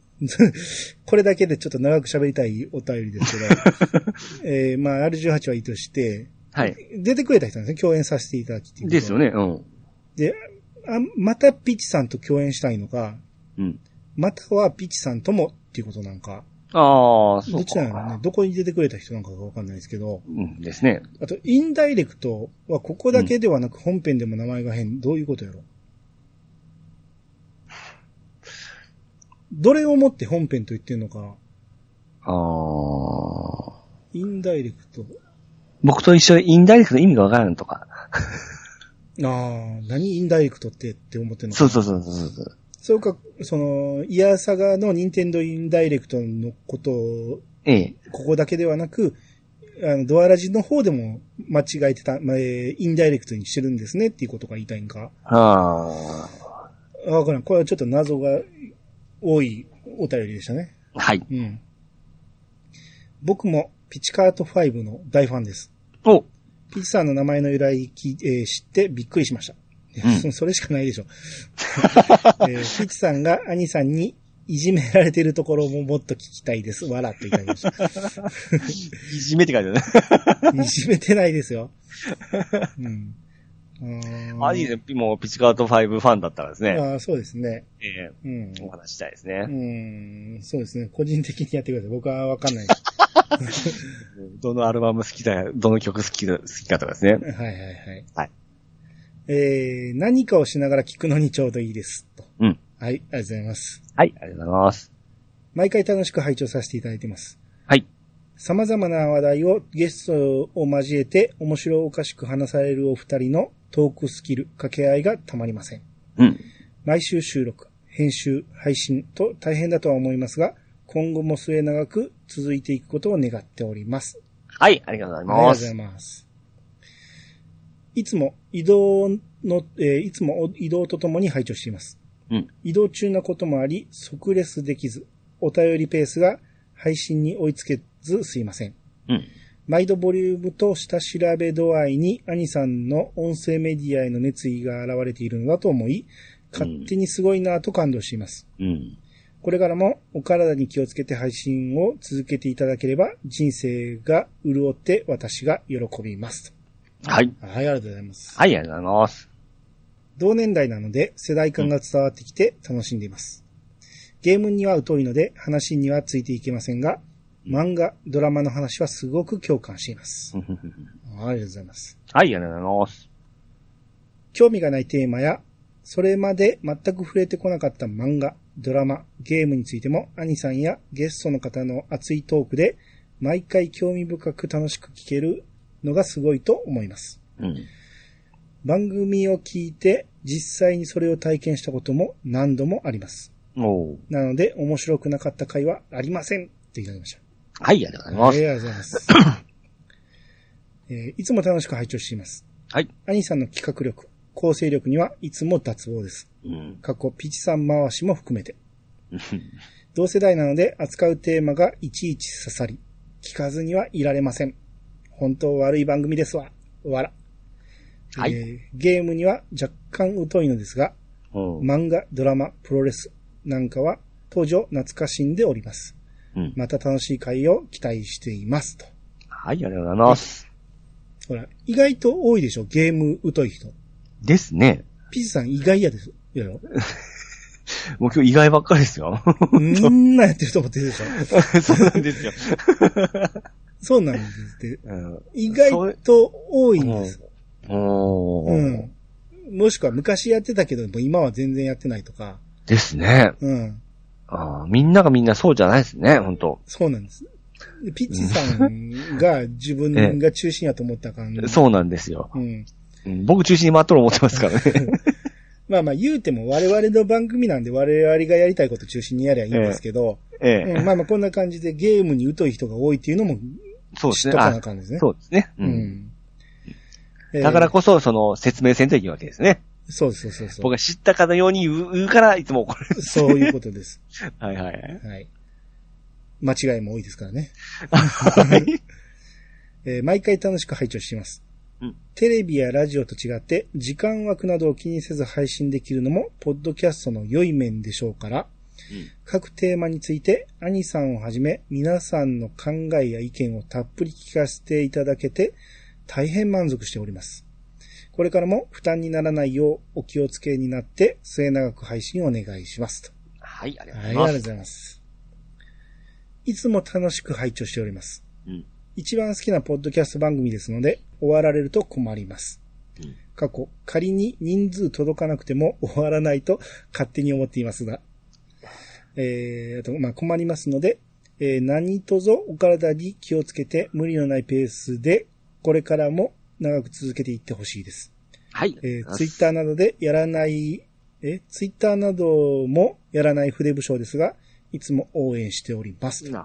A: これだけでちょっと長く喋りたいお便りです けど、えー、まあ R18 はいいとして、
B: はい。
A: 出てくれた人なんですね、共演させていただきっていうことは
B: ですよね。うん。
A: で、あ、またピチさんと共演したいのか、
B: うん。
A: またはピチさんともっていうことなんか、
B: ああ、そ
A: どっ
B: う
A: ちなのね
B: か。、
A: どこに出てくれた人なんかがわかんないですけど、
B: うんですね。
A: あと、インダイレクトはここだけではなく本編でも名前が変、どういうことやろどれをもって本編と言ってんのか、
B: あー。
A: インダイレクト。
B: 僕と一緒にインダイレクトの意味がわからんとか。
A: ああ、何インダイレクトってって思ってんのか。
B: そうそうそうそうそう。
A: そうか、その、イヤサガの任天堂インダイレクトのことを、
B: ええ。
A: ここだけではなく、あの、ドアラジの方でも間違えてた、まあえーインダイレクトにしてるんですねっていうことが言いたいんか。
B: あ
A: あわからん。これはちょっと謎が多いお便りでしたね。
B: ー。はい。
A: うん。僕もピチカート5の大ファンです。
B: お
A: ピチさんの名前の由来き、えー知ってびっくりしました。
B: う
A: それしかないでしょ。えーピチさんが兄さんにいじめられてるところももっと聞きたいです。わらっていただきました。
B: いじめって書いてあるね。
A: いじめてないですよ。うん。うん
B: あ、いいですね。もう、ピチカート5ファンだったらですね。
A: あーそうですね。
B: え
A: うん
B: え。お話ししたいです
A: う
B: ね。
A: ん。そうですね。個人的にやってください。僕はわかんない。
B: どのアルバム好きだ、どの曲好きだ、好きかとかですね。
A: はいはいはい。
B: はい。
A: えー、何かをしながら聞くのにちょうどいいです。と
B: うん。
A: はい、ありがとうございます。
B: はい。ありがとうございます。
A: 毎回楽しく拝聴させていただいてます。
B: はい。
A: 様々な話題をゲストを交えて面白おかしく話されるお二人のトークスキル、掛け合いがたまりません。
B: うん。
A: 毎週収録、編集、配信と大変だとは思いますが、今後も末永く続いていくことを願っております。
B: はい。ありがとうござい
A: ありがとう
B: ま
A: ご
B: す
A: ざ。います。いつも移動の、えーいつも移動とともに拝聴しています。
B: うん
A: 移動中なこともあり、即レスできず、お便りペースが配信に追いつけずすいません。
B: うん。
A: 毎度ボリュームと下調べ度合いに、兄さんの音声メディアへの熱意が現れているのだと思い、勝手にすごいなぁと感動しています。
B: うん。
A: これからもお体に気をつけて配信を続けていただければ、人生が潤って私が喜びます。
B: はい。
A: はい、ありがとうございます。
B: はい、ありがとうございます。
A: 同年代なので世代感が伝わってきて楽しんでいます。ゲームには疎いので話にはついていけませんが、漫画、ドラマの話はすごく共感しています。ありがとうございます。
B: はい、ありがとうございます。
A: 興味がないテーマや、それまで全く触れてこなかった漫画、ドラマ、ゲームについても、兄さんやゲストの方の熱いトークで、毎回興味深く楽しく聞けるのがすごいと思います。
B: うん。
A: 番組を聞いて、実際にそれを体験したことも何度もあります。
B: おー
A: なので、面白くなかった回はありませんっていただきました。
B: はい、ありがとうござ
A: あ
B: いま
A: り
B: す。
A: がとうございます。えーいつも楽しく拝聴しています。
B: はい。
A: 兄さんの企画力、構成力にはいつも脱帽です。
B: うん。
A: 過去ピチさん回しも含め て。同世代なので扱うテーマがいちいち刺さり、聞かずにはいられません。本当悪い番組ですわ。わら。
B: はい
A: えーゲームには若干疎いのですが、
B: うん。
A: 漫画、ドラマ、プロレスなんかは当時を懐かしんでおります。
B: うん
A: また楽しい回を期待しています。と。
B: はい、ありがとうございます。
A: ほら、意外と多いでしょゲーム疎い人。
B: ですね。
A: ピチさん意外やです よ。
B: もう今日意外ばっかりで すよ。
A: みんなやってると思ってるでしょ
B: そうなんですよ。
A: そうなんですって。
B: うん。
A: 意外と多いんです。
B: お
A: う
B: ー
A: ん。もしくは昔やってたけど、もう今は全然やってないとか。
B: ですね。
A: うん。
B: あーみんながみんなそうじゃないですね、本当
A: そうなんです。でピッチさんが自分が中心やと思った感じ。
B: そうなんですよ。
A: うん。
B: うん僕中心に回っとる思ってますから ね。
A: まあまあ言うても我々の番組なんで我々がやりたいこと中心にやりゃいいんですけど、
B: え
A: うん
B: え。
A: まあまあこんな感じでゲームに疎い人が多いっていうのも
B: そうで
A: 知
B: す
A: っ
B: ね。
A: とかな
B: あ
A: あかんですね。
B: そうですね。
A: う
B: うん。
A: ん。
B: だから
A: えー、
B: こそ、その、説明せんといけないわけですね。
A: そうそうそうそ
B: 僕が知ったかのように言う言うから、いつも怒る。
A: う。そういうことです。
B: はいはい。
A: はい。間違いも多いですからね。
B: はい。
A: えー毎回楽しく拝聴しています。
B: うん
A: テレビやラジオと違って、時間枠などを気にせず配信できるのも、ポッドキャストの良い面でしょうから、
B: うん
A: 各テーマについて、兄さんをはじめ、皆さんの考えや意見をたっぷり聞かせていただけて、大変満足しております。これからも負担にならないようお気をつけになって、末永く配信をお願いします。と
B: はい、ありが
A: はい、あ
B: とう
A: り
B: ご
A: が
B: ざ
A: と
B: いう
A: ご
B: ます。
A: ざいます。いつも楽しく拝聴しております。
B: うん
A: 一番好きなポッドキャスト番組ですので、終わられると困ります。
B: うん
A: 過去、仮に人数届かなくても終わらないと勝手に思っていますが、えー、あと、まあ、困りますので、えー、何とぞお体に気をつけて無理のないペースで、これからも長く続けていってほしいです。
B: はい。
A: えツイッター Twitter などでやらない、えツイッターなどもやらない筆部署ですが、いつも応援しております。
B: あー
A: ー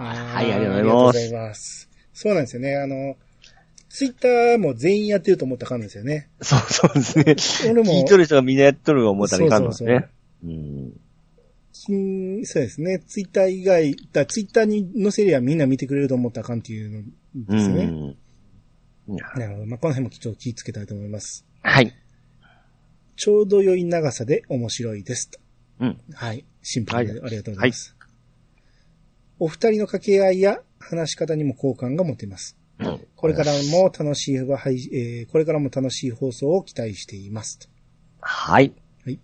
B: はい、ありがとうござ
A: ありがとうござい
B: います。
A: ます。そうなんですよね。あの、ツイッターも全員やってると思ったらあかんのですよね。
B: そうそうですね。
A: 俺も
B: 聞いとる人がみんなやっとる思ったらいかんのですね。うん
A: うん、そうですね。ツイッター以外、だツイッターに載せりゃみんな見てくれると思ったらあかんっていうの
B: う
A: ですよね。
B: ん。いや
A: なるほど。まあ、この辺もちょっと気をつけたいと思います。
B: はい。
A: ちょうど良い長さで面白いですと。
B: うん。
A: はい。シンプルで
B: は
A: ありがとうございます。お二人の掛け合いや話し方にも好感が持てます。
B: うん
A: これからも楽しい、はいえーこれからも楽しい放送を期待していますと。
B: はい。
A: え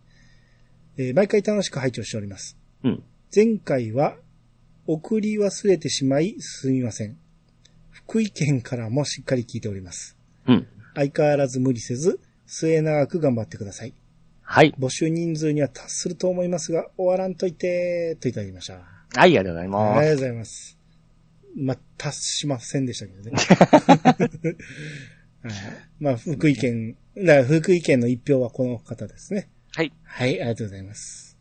A: ー毎回楽しく拝聴しております。
B: うん。
A: 前回は送り忘れてしまいすみません。福井県からもしっかり聞いております。
B: うん。
A: 相変わらず無理せず末永く頑張ってください。
B: はい。
A: 募集人数には達すると思いますが、終わらんといて、といただきました。
B: はい、ありがとうござい
A: ありがと
B: ます。
A: うございます。まあ、達しませんでしたけどね。はいまあ、福井県、だから福井県の一票はこの方ですね。
B: はい。
A: はい、ありがとうございます。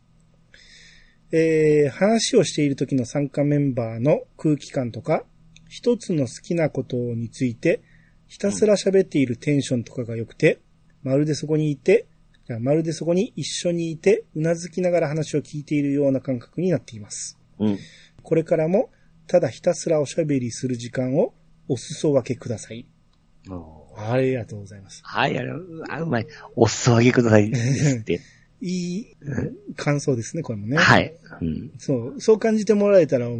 A: えー、話をしている時の参加メンバーの空気感とか、一つの好きなことについて、ひたすら喋っているテンションとかが良くて、まるでそこにいて、いやまるでそこに一緒にいて、うなずきながら話を聞いているような感覚になっています。
B: うん。
A: これからも、ただひたすらおしゃべりする時間をお裾分けください。ありがとうございます。
B: はい、ありがとうあ、うまい。お裾分けください。です って。
A: いい感想ですね、これもね。
B: はい。うん。
A: そう、そう感じてもらえたら、も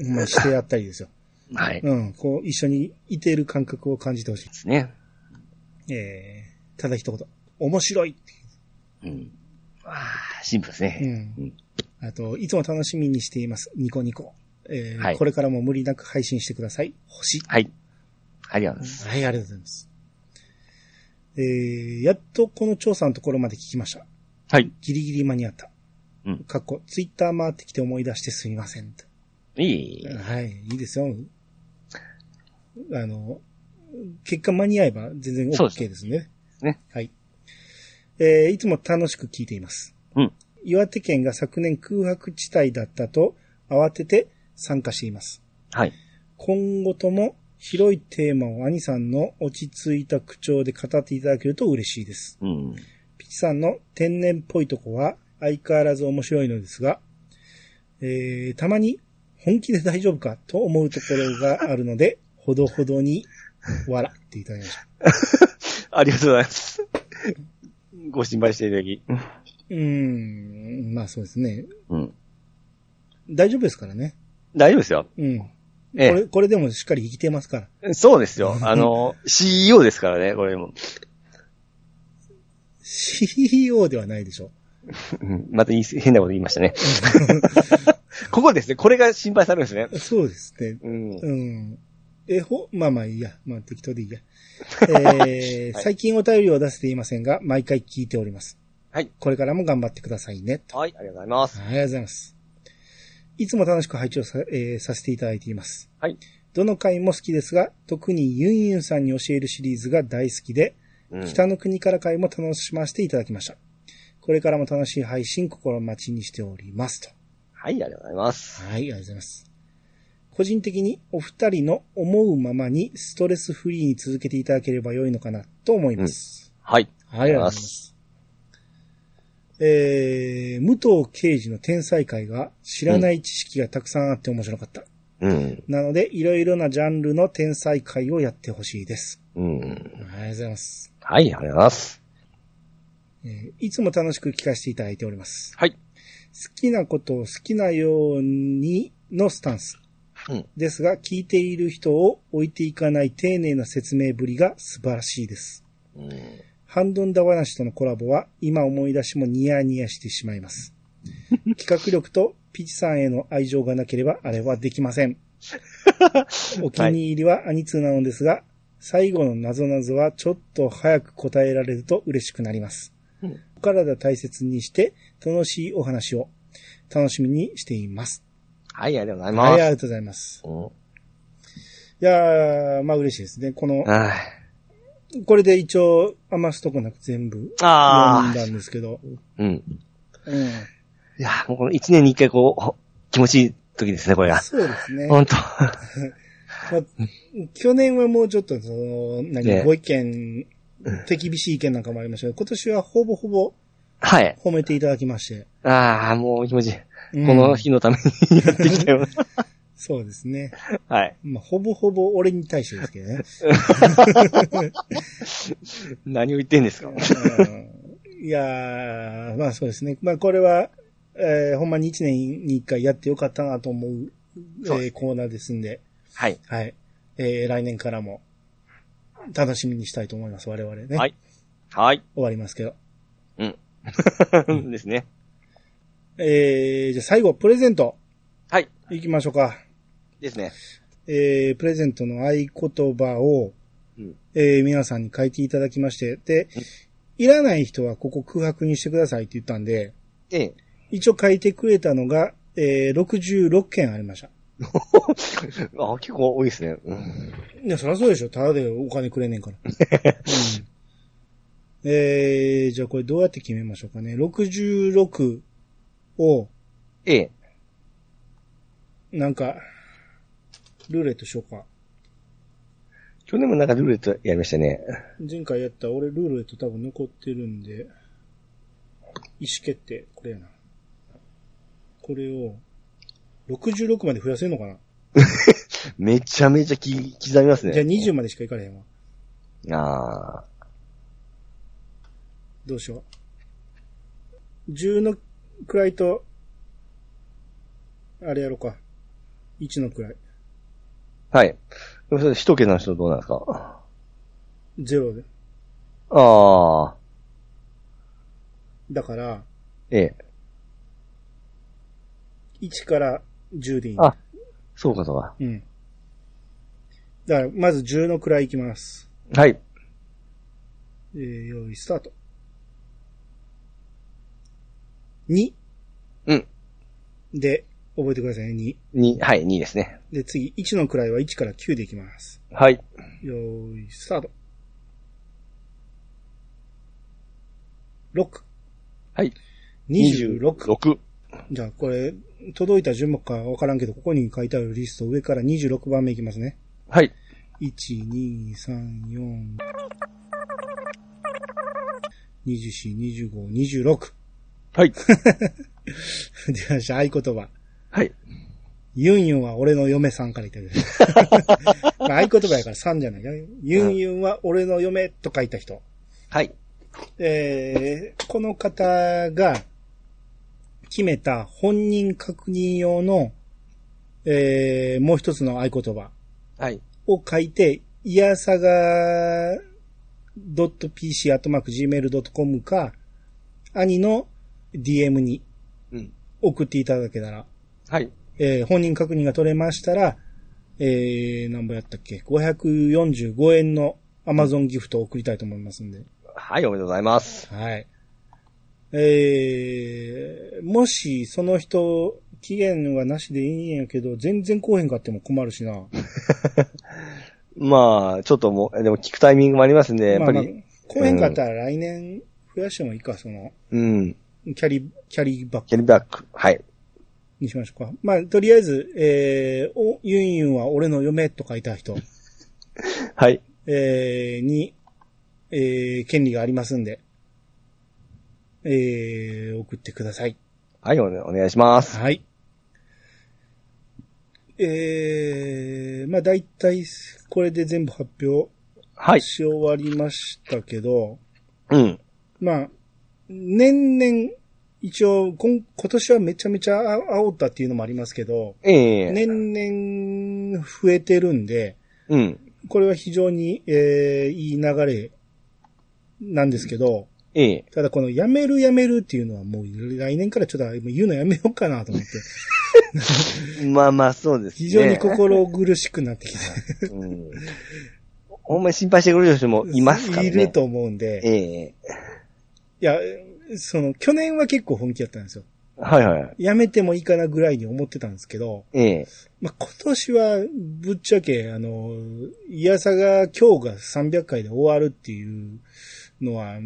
A: う、まあ、してやったりですよ。
B: はい。で
A: うん、こう、一緒にいている感覚を感じてほし
B: すね。
A: い。えー、ただ一言、面白い。
B: うん。あーシンプルで
A: う
B: すね。
A: ん。あと、いつも楽しみにしています。ニコニコ。えー
B: はい
A: これからも無理なく配信してください。星。
B: はい。ありがとうございます。
A: はい、ありがとうございます。えー、やっとこの調査のところまで聞きました。
B: はい。
A: ギリギリ間に合った。
B: うん
A: かっこ、ツイッター回ってきて思い出してすみません。
B: いい。
A: はい、いいですよ。あの、結果間に合えば全然
B: そう
A: OK
B: で
A: ですね。
B: ね。
A: はい。えーいつも楽しく聞いています。
B: うん。
A: 岩手県が昨年空白地帯だったと慌てて参加しています。
B: はい。
A: 今後とも広いテーマを兄さんの落ち着いた口調で語っていただけると嬉しいです。
B: うん。
A: ピチさんの天然っぽいとこは相変わらず面白いのですが、えー、たまに本気で大丈夫かと思うところがあるので、 ほどほどに笑っていただきました。
B: ありがとうございます。ご心配していただき。
A: うーん、まあそうですね。
B: うん。
A: 大丈夫ですからね。
B: 大丈夫ですよ。
A: うん。こ
B: え
A: れ、これでもしっかり生きてますから。
B: え。そうですよ。あの、CEO ですからね、これも。
A: CEO ではないでしょ
B: うんまたいい変なこと言いま したね。ここですね。これが心配されるんですね。
A: う。そうですね。
B: うん。
A: うん。え、ほ、まあまあいいや。まあ適当でいい や。えー
B: はい
A: 最近お便りを出せていませんが、毎回聞いております。
B: はい。
A: これからも頑張ってくださいね。
B: はい、ありがとうございます。
A: ありがとうございます。いつも楽しく拝聴さ,、えーさせていただいています。
B: はい。
A: どの回も好きですが、特にユンユンさんに教えるシリーズが大好きで、
B: うん
A: 北の国から回も楽しませていただきました。これからも楽しい配信心待ちにしておりますと。
B: はい、ありがとうございます。
A: はい、ありがとうございます。個人的にお二人の思うままにストレスフリーに続けていただければ良いのかなと思います。
B: はい。
A: はい、ありがとうございます。えー、武藤刑事の天才界が知らない知識がたくさんあって面白かった。
B: うん。
A: なので、いろいろなジャンルの天才界をやってほしいです。
B: うん。
A: ありがとうございます。
B: はい、ありがとうございます。
A: えーいつも楽しく聞かせていただいております。
B: はい。
A: 好きなことを好きなようにのスタンス。
B: うん。
A: ですが、聞いている人を置いていかない丁寧な説明ぶりが素晴らしいです。
B: うん
A: ハンドンダ話とのコラボは今思い出しもニヤニヤしてしまいます。企画力とピチさんへの愛情がなければあれはできません。お気に入りはアニツーなのですが、最後の謎々はちょっと早く答えられると嬉しくなります
B: うん。
A: お体大切にして楽しいお話を。楽しみにしています。
B: はい、ありがとうござい
A: はい、あ
B: ま
A: りが
B: す。
A: とうございます。
B: うん
A: いやー、まあ嬉しいですね。この、
B: はい
A: これで一応、余すとこなく全部読
B: あ
A: ん
B: あ
A: だ、んですけど。
B: うん。
A: うん。
B: いや、もうこの一年に一回こうほ、気持ちいい時ですね、これが。
A: そうですね。
B: 本当
A: まあ、去年はもうちょっと、その、何、
B: ね
A: ご意見、手厳しい意見なんかもありましたけど、今年はほぼほぼ
B: はい。
A: 褒めていただきまして。
B: ああ、もう気持ちいい。
A: うん
B: この日のためにやってきたよ。
A: そうですね。
B: はい。
A: まあ、ほぼほぼ俺に対してですけどね。
B: 何を言ってんですか
A: うんいやー、まあそうですね。まあこれは、えーほんまに1年に1回やってよかったなと思う、え
B: そうです
A: ーコーナーですんで、
B: はい。
A: はい。えー来年からも楽しみにしたいと思います。我々ね。
B: はい はい。
A: 終わりますけど。
B: うん。ですね。
A: えー、じゃあ最後、プレゼント
B: はい。
A: 行きましょうか。
B: ですね。
A: えー、プレゼントの合言葉を、
B: うん
A: えー皆さんに書いていただきまして、で、いらない人はここ空白にしてくださいって言ったんで、
B: ええ。
A: 一応書いてくれたのが、えー、66件ありました。
B: あ結構多いですね。うん。
A: いや、そりゃそうでしょ。ただでお金くれねえから。うんえー、じゃあこれどうやって決めましょうかね。66を、
B: ええ。
A: なんか、ルーレットしようか。
B: 去年もなんかルーレットやりましたね。
A: 前回やった俺ルーレット多分残ってるんで、意思決定、これやな。これを、66まで増やせるのかな、
B: めちゃめちゃき刻みますね。
A: じゃあ20までしかいかれへんわ。
B: ああ。
A: どうしよう。10の位と、あれやろうか。1の位。
B: はい。でもそれ、首都圏の人どうなんですか
A: 0で。
B: ああ。
A: だから、
B: ええ。
A: 1から10でいい。
B: あそうかそうか。
A: うん。だから、まず10の位いきます。
B: はい。
A: えー、用意スタート。2。
B: うん。
A: で、覚えてくださいね、2。
B: に、はい、2ですね。
A: で、次、1の位は1から9でいきます。
B: はい。
A: 用意スタート。6。
B: はい。
A: 26。
B: 六。
A: じゃあ、これ、届いた順目かわからんけど、ここに書いてあるリスト、上から26番目いきますね。
B: はい。
A: 1、2、3、4、24、25、26。
B: はい。
A: 出ました、合言葉。
B: はい。
A: ユンユンは俺の嫁さんからいただきました。 まあ合言葉やから3じゃないかな。ユンユンは俺の嫁と書いた人。
B: はい。
A: えー、この方が決めた本人確認用の、えー、もう一つの合言葉
B: はい。
A: を書いて、いやさが .pc アットマーク gmail.com か、兄の DM に
B: うん。
A: 送っていただけたら、
B: はい。
A: えー本人確認が取れましたら、えー、なんぼやったっけ ?545 円の Amazon ギフトを送りたいと思いますんで。
B: はい、おめでとうございます。
A: はい。えー、もしその人、期限はなしでいいんやけど、全然来へんかっても困るしな。
B: まあ、ちょっともう、でも聞くタイミングもありますんで、やっぱり、
A: まあまあ、来へんかったら来年増やしてもいいか、その、
B: うん。
A: キャリ、キャリーバッグ
B: キャリーバック。はい。
A: にしましょうか。まあ、とりあえず、えー、お、ユンユンは俺の嫁と書いた人。
B: はい。
A: えーに、えー権利がありますんで、えー送ってください。
B: はい、お,、お願いします。
A: はい。えー、まあ大体、これで全部発表
B: はい。
A: し終わりましたけど、
B: うん。
A: まあ、年々、一応、こん今年はめちゃめちゃあ煽ったっていうのもありますけど、
B: ええ
A: 年々増えてるんで、
B: うん。
A: これは非常に、えーいい流れなんですけど、
B: ええ
A: ただこのやめるやめるっていうのはもう来年からちょっと言うのやめようかなと思 って、
B: まあまあ、そうです、ね。
A: 非常に心苦しくなってきて、
B: うん。ほんまに心配してくれる人もいますからね。
A: いる。と思うんで、
B: ええ
A: いや、その去年は結構本気だったんですよ。
B: はいはい。
A: やめてもいいかなぐらいに思ってたんですけど、
B: ええ。
A: まあ、今年は、ぶっちゃけ、あの、いやさが今日が300回で終わるっていうのは、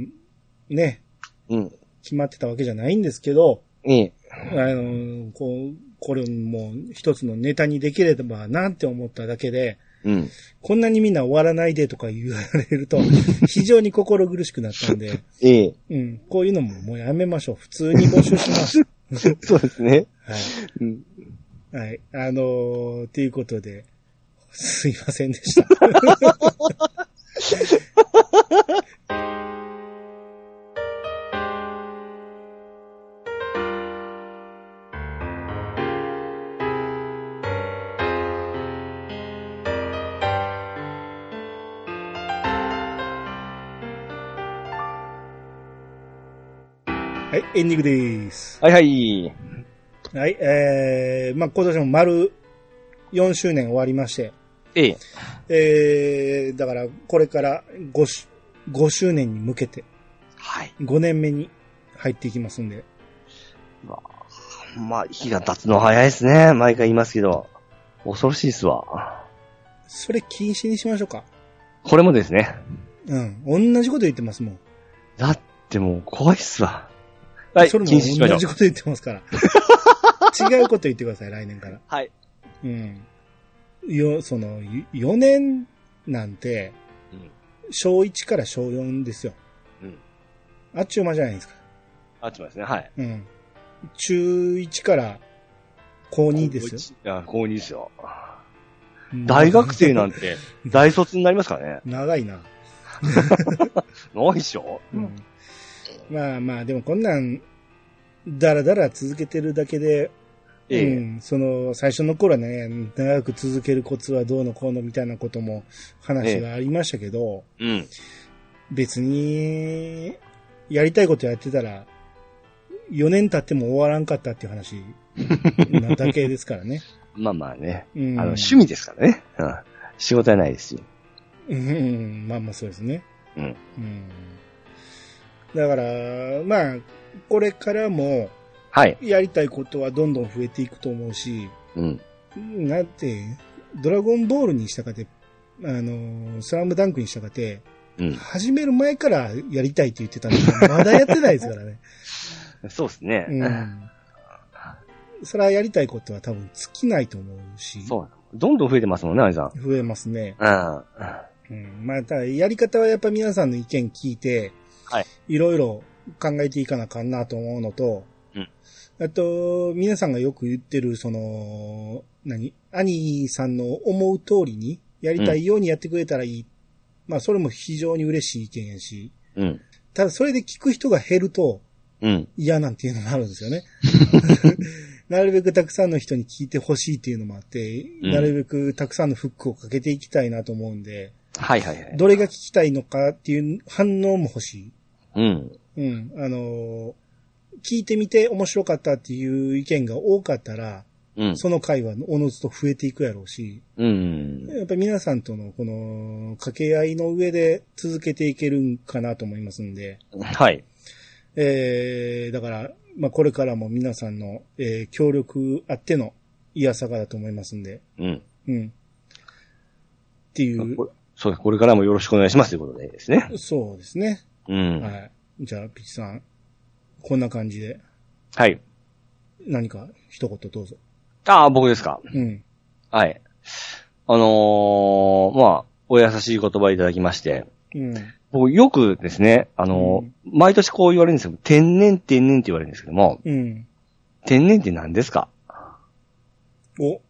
A: ね、
B: うん。
A: 決まってたわけじゃないんですけど、
B: ええ。
A: あの、こう、これも一つのネタにできればなって思っただけで、
B: うん。
A: こんなにみんな終わらないでとか言われると、 非常に心苦しくなったんで、
B: ええ。
A: うん、こういうのももうやめましょう。普通に募集します。
B: そうですね。
A: はい。
B: うん。
A: はい。あのー、ということで、すいませんでした。はい、エンディングです。
B: はいはい。
A: はい、えー、まあ、今年も丸4周年終わりまして、
B: ええ。
A: えー、だからこれから5し、5周年に向けて、
B: はい。
A: 5年目に入っていきますんで、
B: まあ、日が経つの早いですね。毎回言いますけど。恐ろしいっすわ。
A: それ禁止にしましょうか。
B: これもですね。
A: うん、同じこと言ってますもん。
B: だってもう怖いっすわ。はい、
A: それも
B: 禁止しましょ
A: 同
B: う
A: じ。こと言ってます から。違うこと言ってください、来年から。
B: はい。
A: うん。よ、その、4年なんて、
B: うん
A: 小1から小4ですよ。
B: うん。
A: あっちゅう間じゃないですか。
B: あっちますね。はい。
A: うん。中1から高2ですよ。
B: よ。いや、高2ですよ。大学生なんて、大卒になりますからね。
A: 長いな。
B: ないっしょ
A: うん。まあまあ、でもこんなん、だらだら続けてるだけで、
B: ええ
A: うん、その、最初の頃はね、長く続けるコツはどうのこうのみたいなことも話がありましたけど、
B: うん。
A: 別に、やりたいことやってたら、4年経っても終わらんかったっていう話なだけですから ね。
B: まあまあね。
A: うん、
B: あの、趣味ですからね。うん。仕事はないですよ。
A: うんうん、まあまあそうですね。
B: うん。
A: うん。だから、まあ、これからも、
B: はい。
A: やりたいことはどんどん増えていくと思うし、
B: うん。
A: なんて、ドラゴンボールにしたかて、あの、スラムダンクにしたかて、
B: うん。
A: 始める前からやりたいって言ってたんですけど、まだやってないですから ね。
B: そうですね。
A: うん。それはやりたいことは多分尽きないと思うし、
B: そう。どんどん増えてますもんね、アイさん。
A: 増えますね。
B: うん。
A: うん、まあ、ただやり方はやっぱ皆さんの意見聞いて、
B: はい。
A: いろいろ考えていかなあかんなと思うのと、
B: うん
A: あと、皆さんがよく言ってる、その、何兄さんの思う通りに、やりたいようにやってくれたらいい。まあ、それも非常に嬉しい意見やし、
B: うん。
A: ただそれで聞く人が減ると
B: うん。
A: 嫌なんていうのもあるんですよ ね。 なるべくたくさんの人に聞いてほしいっていうのもあって、
B: うん
A: なるべくたくさんのフックをかけていきたいなと思うんで、
B: はいはいはい。
A: どれが聞きたいのかっていう反応も欲し
B: うん。
A: い。うん。あのー聞いてみて面白かったっていう意見が多かったら、
B: うん。
A: その回はおのずと増えていくやろうし、
B: うん。
A: やっぱり皆さんとのこの掛け合いの上で続けていけるんかなと思いますんで、
B: はい。
A: えー、だから、まあ、これからも皆さんの、えー協力あってのいやさがだと思いますんで、
B: うん。
A: うん。っていう、
B: そうです。これからもよろしくお願いしますということでですね。
A: そうですね。
B: うん。
A: はい。じゃあ、ピチさん、こんな感じで、
B: はい。
A: 何か一言どうぞ。
B: ああ、僕ですか。
A: うん。
B: はい。あのー、まあ、お優しい言葉いただきまして、
A: うん。
B: 僕よくですね、あのー
A: うん
B: 毎年こう言われるんですけど、天然天然って言われるんですけども、
A: うん。
B: 天然って何ですか
A: お、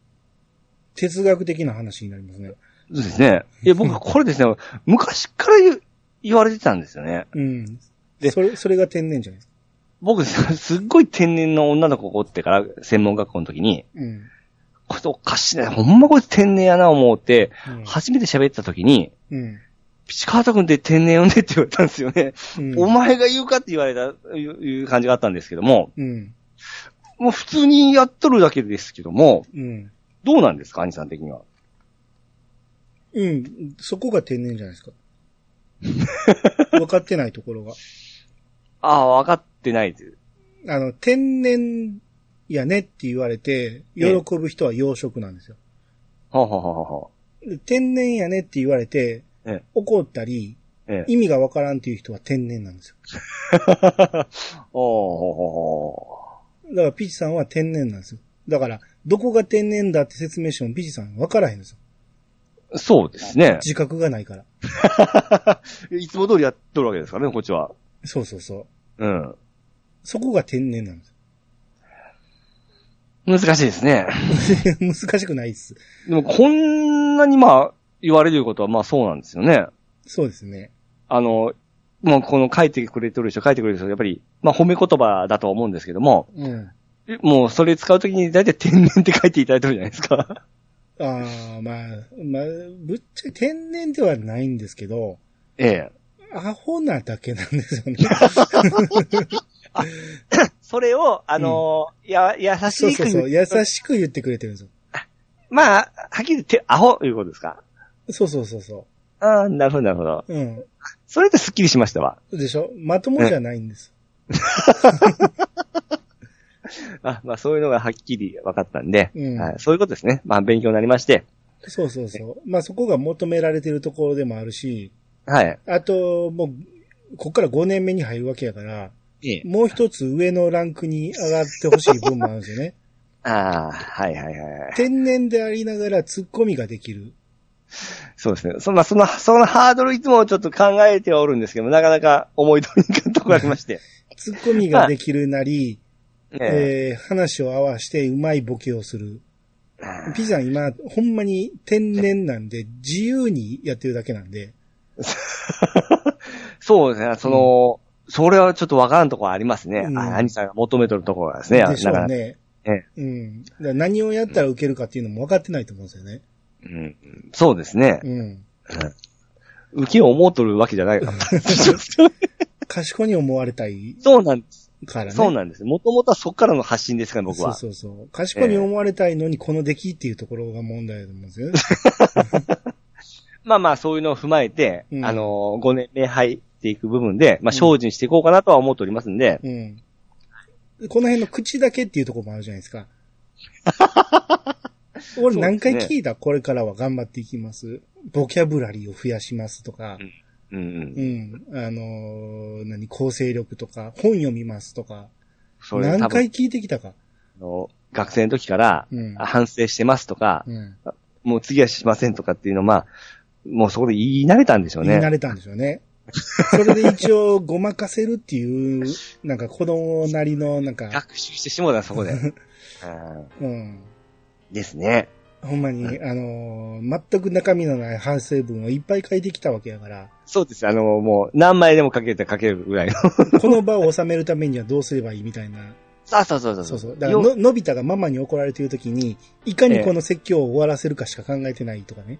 A: 哲学的な話になりますね。
B: そうですね。いや、僕これですね、昔から言う言われてたんですよね。
A: うん。で、
B: で
A: それ、それが天然じゃないですか。
B: 僕、 すすっごい天然の女の子を追ってから、専門学校の時に、
A: うん。
B: これおかしいな、ほんまこいつ天然やな思って、
A: うん
B: 初めて喋った時に、
A: うん。
B: ピチカート君って天然よねって言われたんですよね。
A: うん
B: お前が言うかって言われた、いういう感じがあったんですけども、
A: うん。
B: もう普通にやっとるだけですけども、
A: うん。
B: どうなんですか兄さん的には。
A: うん。そこが天然じゃない ですか。分かってないところが。
B: ああ、わかってないです。
A: あの、天然やねって言われて、喜ぶ人は養殖なんですよ。
B: ほうほうほうほうほ
A: で天然やねって言われて
B: ええ、
A: 怒ったり、
B: う。 ええ。
A: 意味がわからんっていう人は天然なんですよ。
B: おーほうほうほ
A: だからピチさんは天然なんですよ。だから、どこが天然だって説明してもピチさんわからへんですよ。
B: う。そうですね。
A: 自覚がないから。
B: いつも通りやっとるわけですからね、こっちは。
A: そうそうそう。
B: うん。
A: そこが天然なんですよ。
B: 難しいですね。
A: 難しくないっす。
B: でも、こんなにまあ、言われることはまあそうなんですよね。
A: そうですね。
B: あの、もうこの書いてくれてる人、書いてくれてる人、やっぱり、まあ褒め言葉だとは思うんですけども、
A: うん。
B: えもうそれ使うときに大体天然って書いていただいてるじゃないです か。
A: ああ、まあ、まあ、ぶっちゃけ天然ではないんですけど、
B: ええ。
A: アホなだけなんですよね。
B: それを、あのや、優し
A: そう
B: い
A: そうそう。優しく言ってくれてるんですよ。
B: まあ、はっきり言って、アホ、いうことですか。
A: そうそうそうそ
B: ああ、なるほど、なるほど。
A: う。うん。
B: それでスッキリしましたわ。
A: でしょまともじゃないんです。
B: あまあ、そういうのがはっきり分かったんで、
A: うん
B: はい、そういうことですね。まあ、勉強になりまして、
A: そうそうそう。まあそこが求められてるところでもあるし、
B: はい。
A: あと、もう、こっから5年目に入るわけやから、
B: ええ。
A: もう一つ上のランクに上がってほしい分もあるんですよ ね。
B: ああ、はいはいはい。
A: 天然でありながら突っ込みができる。
B: そうですね。そんな、その、そのハードルいつもちょっと考えてはおるんですけど、なかなか思い通りにいかんとこがありまして。
A: 突っ込みができるなり、
B: え
A: えー話を合わしてうまいボケをする。
B: えあ
A: ピザ今、ほんまに天然なんで、自由にやってるだけなんで。
B: あ そうですね。その、それはちょっとわからんところありますね。
A: うん
B: あ、兄さんが求めとるところがですね。
A: でしょ
B: なか
A: う
B: なか。
A: ね。
B: ええ
A: うん。だから何をやったら受けるかっていうのも分かってないと思うんですよね。
B: うん、そうですね。
A: うん。
B: 受けを思うとるわけじ ゃないから。
A: 賢いに思われたい
B: そうなんです。
A: からね。
B: そうなんです。もともとはそこからの発信ですから、僕は。
A: そうそうそう。賢いに思われたいのに、この出来っていうところが問題だと思うんですよね。
B: まあまあ、そういうのを踏まえて、
A: うん
B: あのー、5年目入っていく部分で、まあ、精進していこうかなとは思っておりますんで、
A: うん。この辺の口だけっていうところもあるじゃないです か。俺何回聞いた、これからは頑張っていきます。ボキャブラリーを増やしますとか、
B: うんうん
A: う、ん、あのー何、構成力とか、本読みますとか、
B: それ
A: 何
B: 多分
A: 回聞いてきたか。
B: あの、学生の時から、
A: うん。
B: 反省してますとか、
A: うん。
B: もう次はしませんとかっていうのは、まあ、もうそこで言い慣れたんでしょう
A: 言い慣
B: ね。
A: れたんでしょうね。それで一応、ごまかせるっていう、なんか子供なりの、なん か、
B: 学習してしもうた、そこ で。うん
A: うん。
B: ですね。
A: ほんまに、あのー全く中身のない反省文をいっぱい書いてきたわけやから、
B: そうです。あの、もう、何枚でも書けると書けるぐらいの。
A: この場を収めるためにはどうすればいいみたいな。
B: そうそうそうそう。
A: そうそう。だからの、のび太がママに怒られてる時に、いかにこの説教を終わらせるかしか考えてないとかね。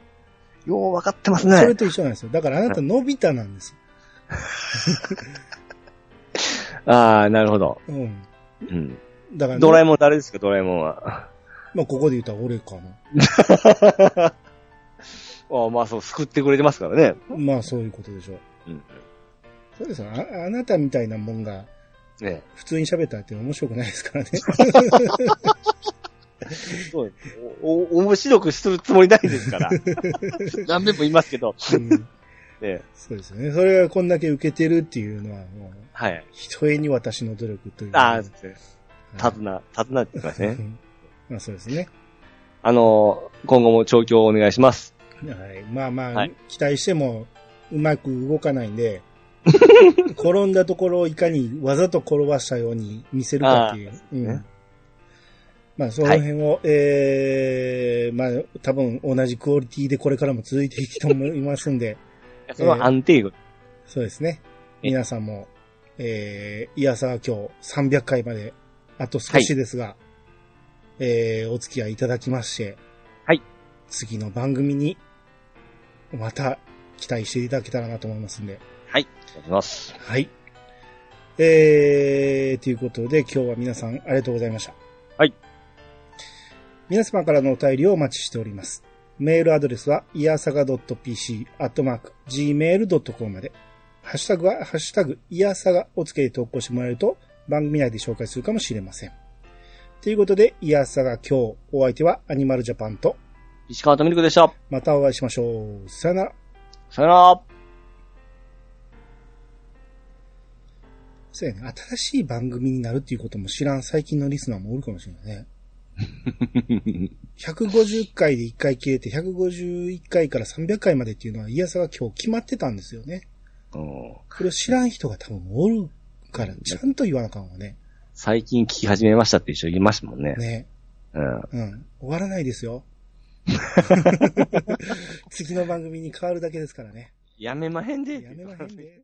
B: よう分かってます
A: それ
B: ね。
A: と一緒なんですよ。だからあなたのび太なんです
B: ああ、なるほど。
A: よ。うん。
B: うん。
A: だからね、
B: ドラえもん誰ですか、ドラえもんは。
A: まあ、ここで言ったら俺かな。
B: ああまあそう、救ってくれてますからね。
A: まあ、そういうことでしょう。
B: うん。
A: そうですよ。ああなたみたいなもんが、
B: ね
A: 普通に喋ったって面白くないですから ね。
B: そうお、お、面白くするつもりないです から。何遍も言いますけど。
A: うん
B: ね
A: そうですよね。それがこんだけ受けてるっていうのは、もう、
B: はい。
A: ひとえに私の努力という。
B: ああ、そうですね。
A: は
B: た
A: い
B: ずな、たずなって言いますね
A: う。んまあそうですね。
B: あの、今後も調教をお願いします。
A: はい。まあまあ、
B: はい
A: 期待してもうまく動かないん で、転んだところをいかにわざと転ばしたように見せるかっていう。うん
B: ね
A: まあその辺を、ええまあ多分同じクオリティでこれからも続いていくと思いますんで、
B: その安定具。
A: そうですね。
B: え
A: 皆さんも、えー、いやさ今日300回まで、あと少しですが、えー、お付き合いいただきまして、
B: はい。
A: 次の番組に、また期待していただけたらなと思いますんで、
B: はい。お願いします。
A: はい。えー、ということで今日は皆さんありがとうございました。
B: はい。
A: 皆様からのお便りをお待ちしております。メールアドレスは、いやさが .pc、アットマーク、gmail.com まで。ハッシュタグは、ハッシュタグ、いやさがをつけて投稿してもらえると番組内で紹介するかもしれません。ということで、いやさが今日、お相手はアニマルジャパンと、
B: 石川とみるくでした。
A: またお会いしましょう。さよなら。
B: さよなら。
A: そうやね。新しい番組になるっていうことも知らん最近のリスナーもおるかもしれないね。150回で1回切れて、151回から300回までっていうのは、いやさが今日決まってたんですよね。
B: うん
A: これを知らん人が多分おるから、ちゃんと言わなあかんわね。
B: 最近聞き始めましたっていう人いましたもんね。
A: ね。
B: うん。
A: うん。終わらないですよ。次の番組に変わるだけですからね。
B: やめまへんで。
A: やめまへんで。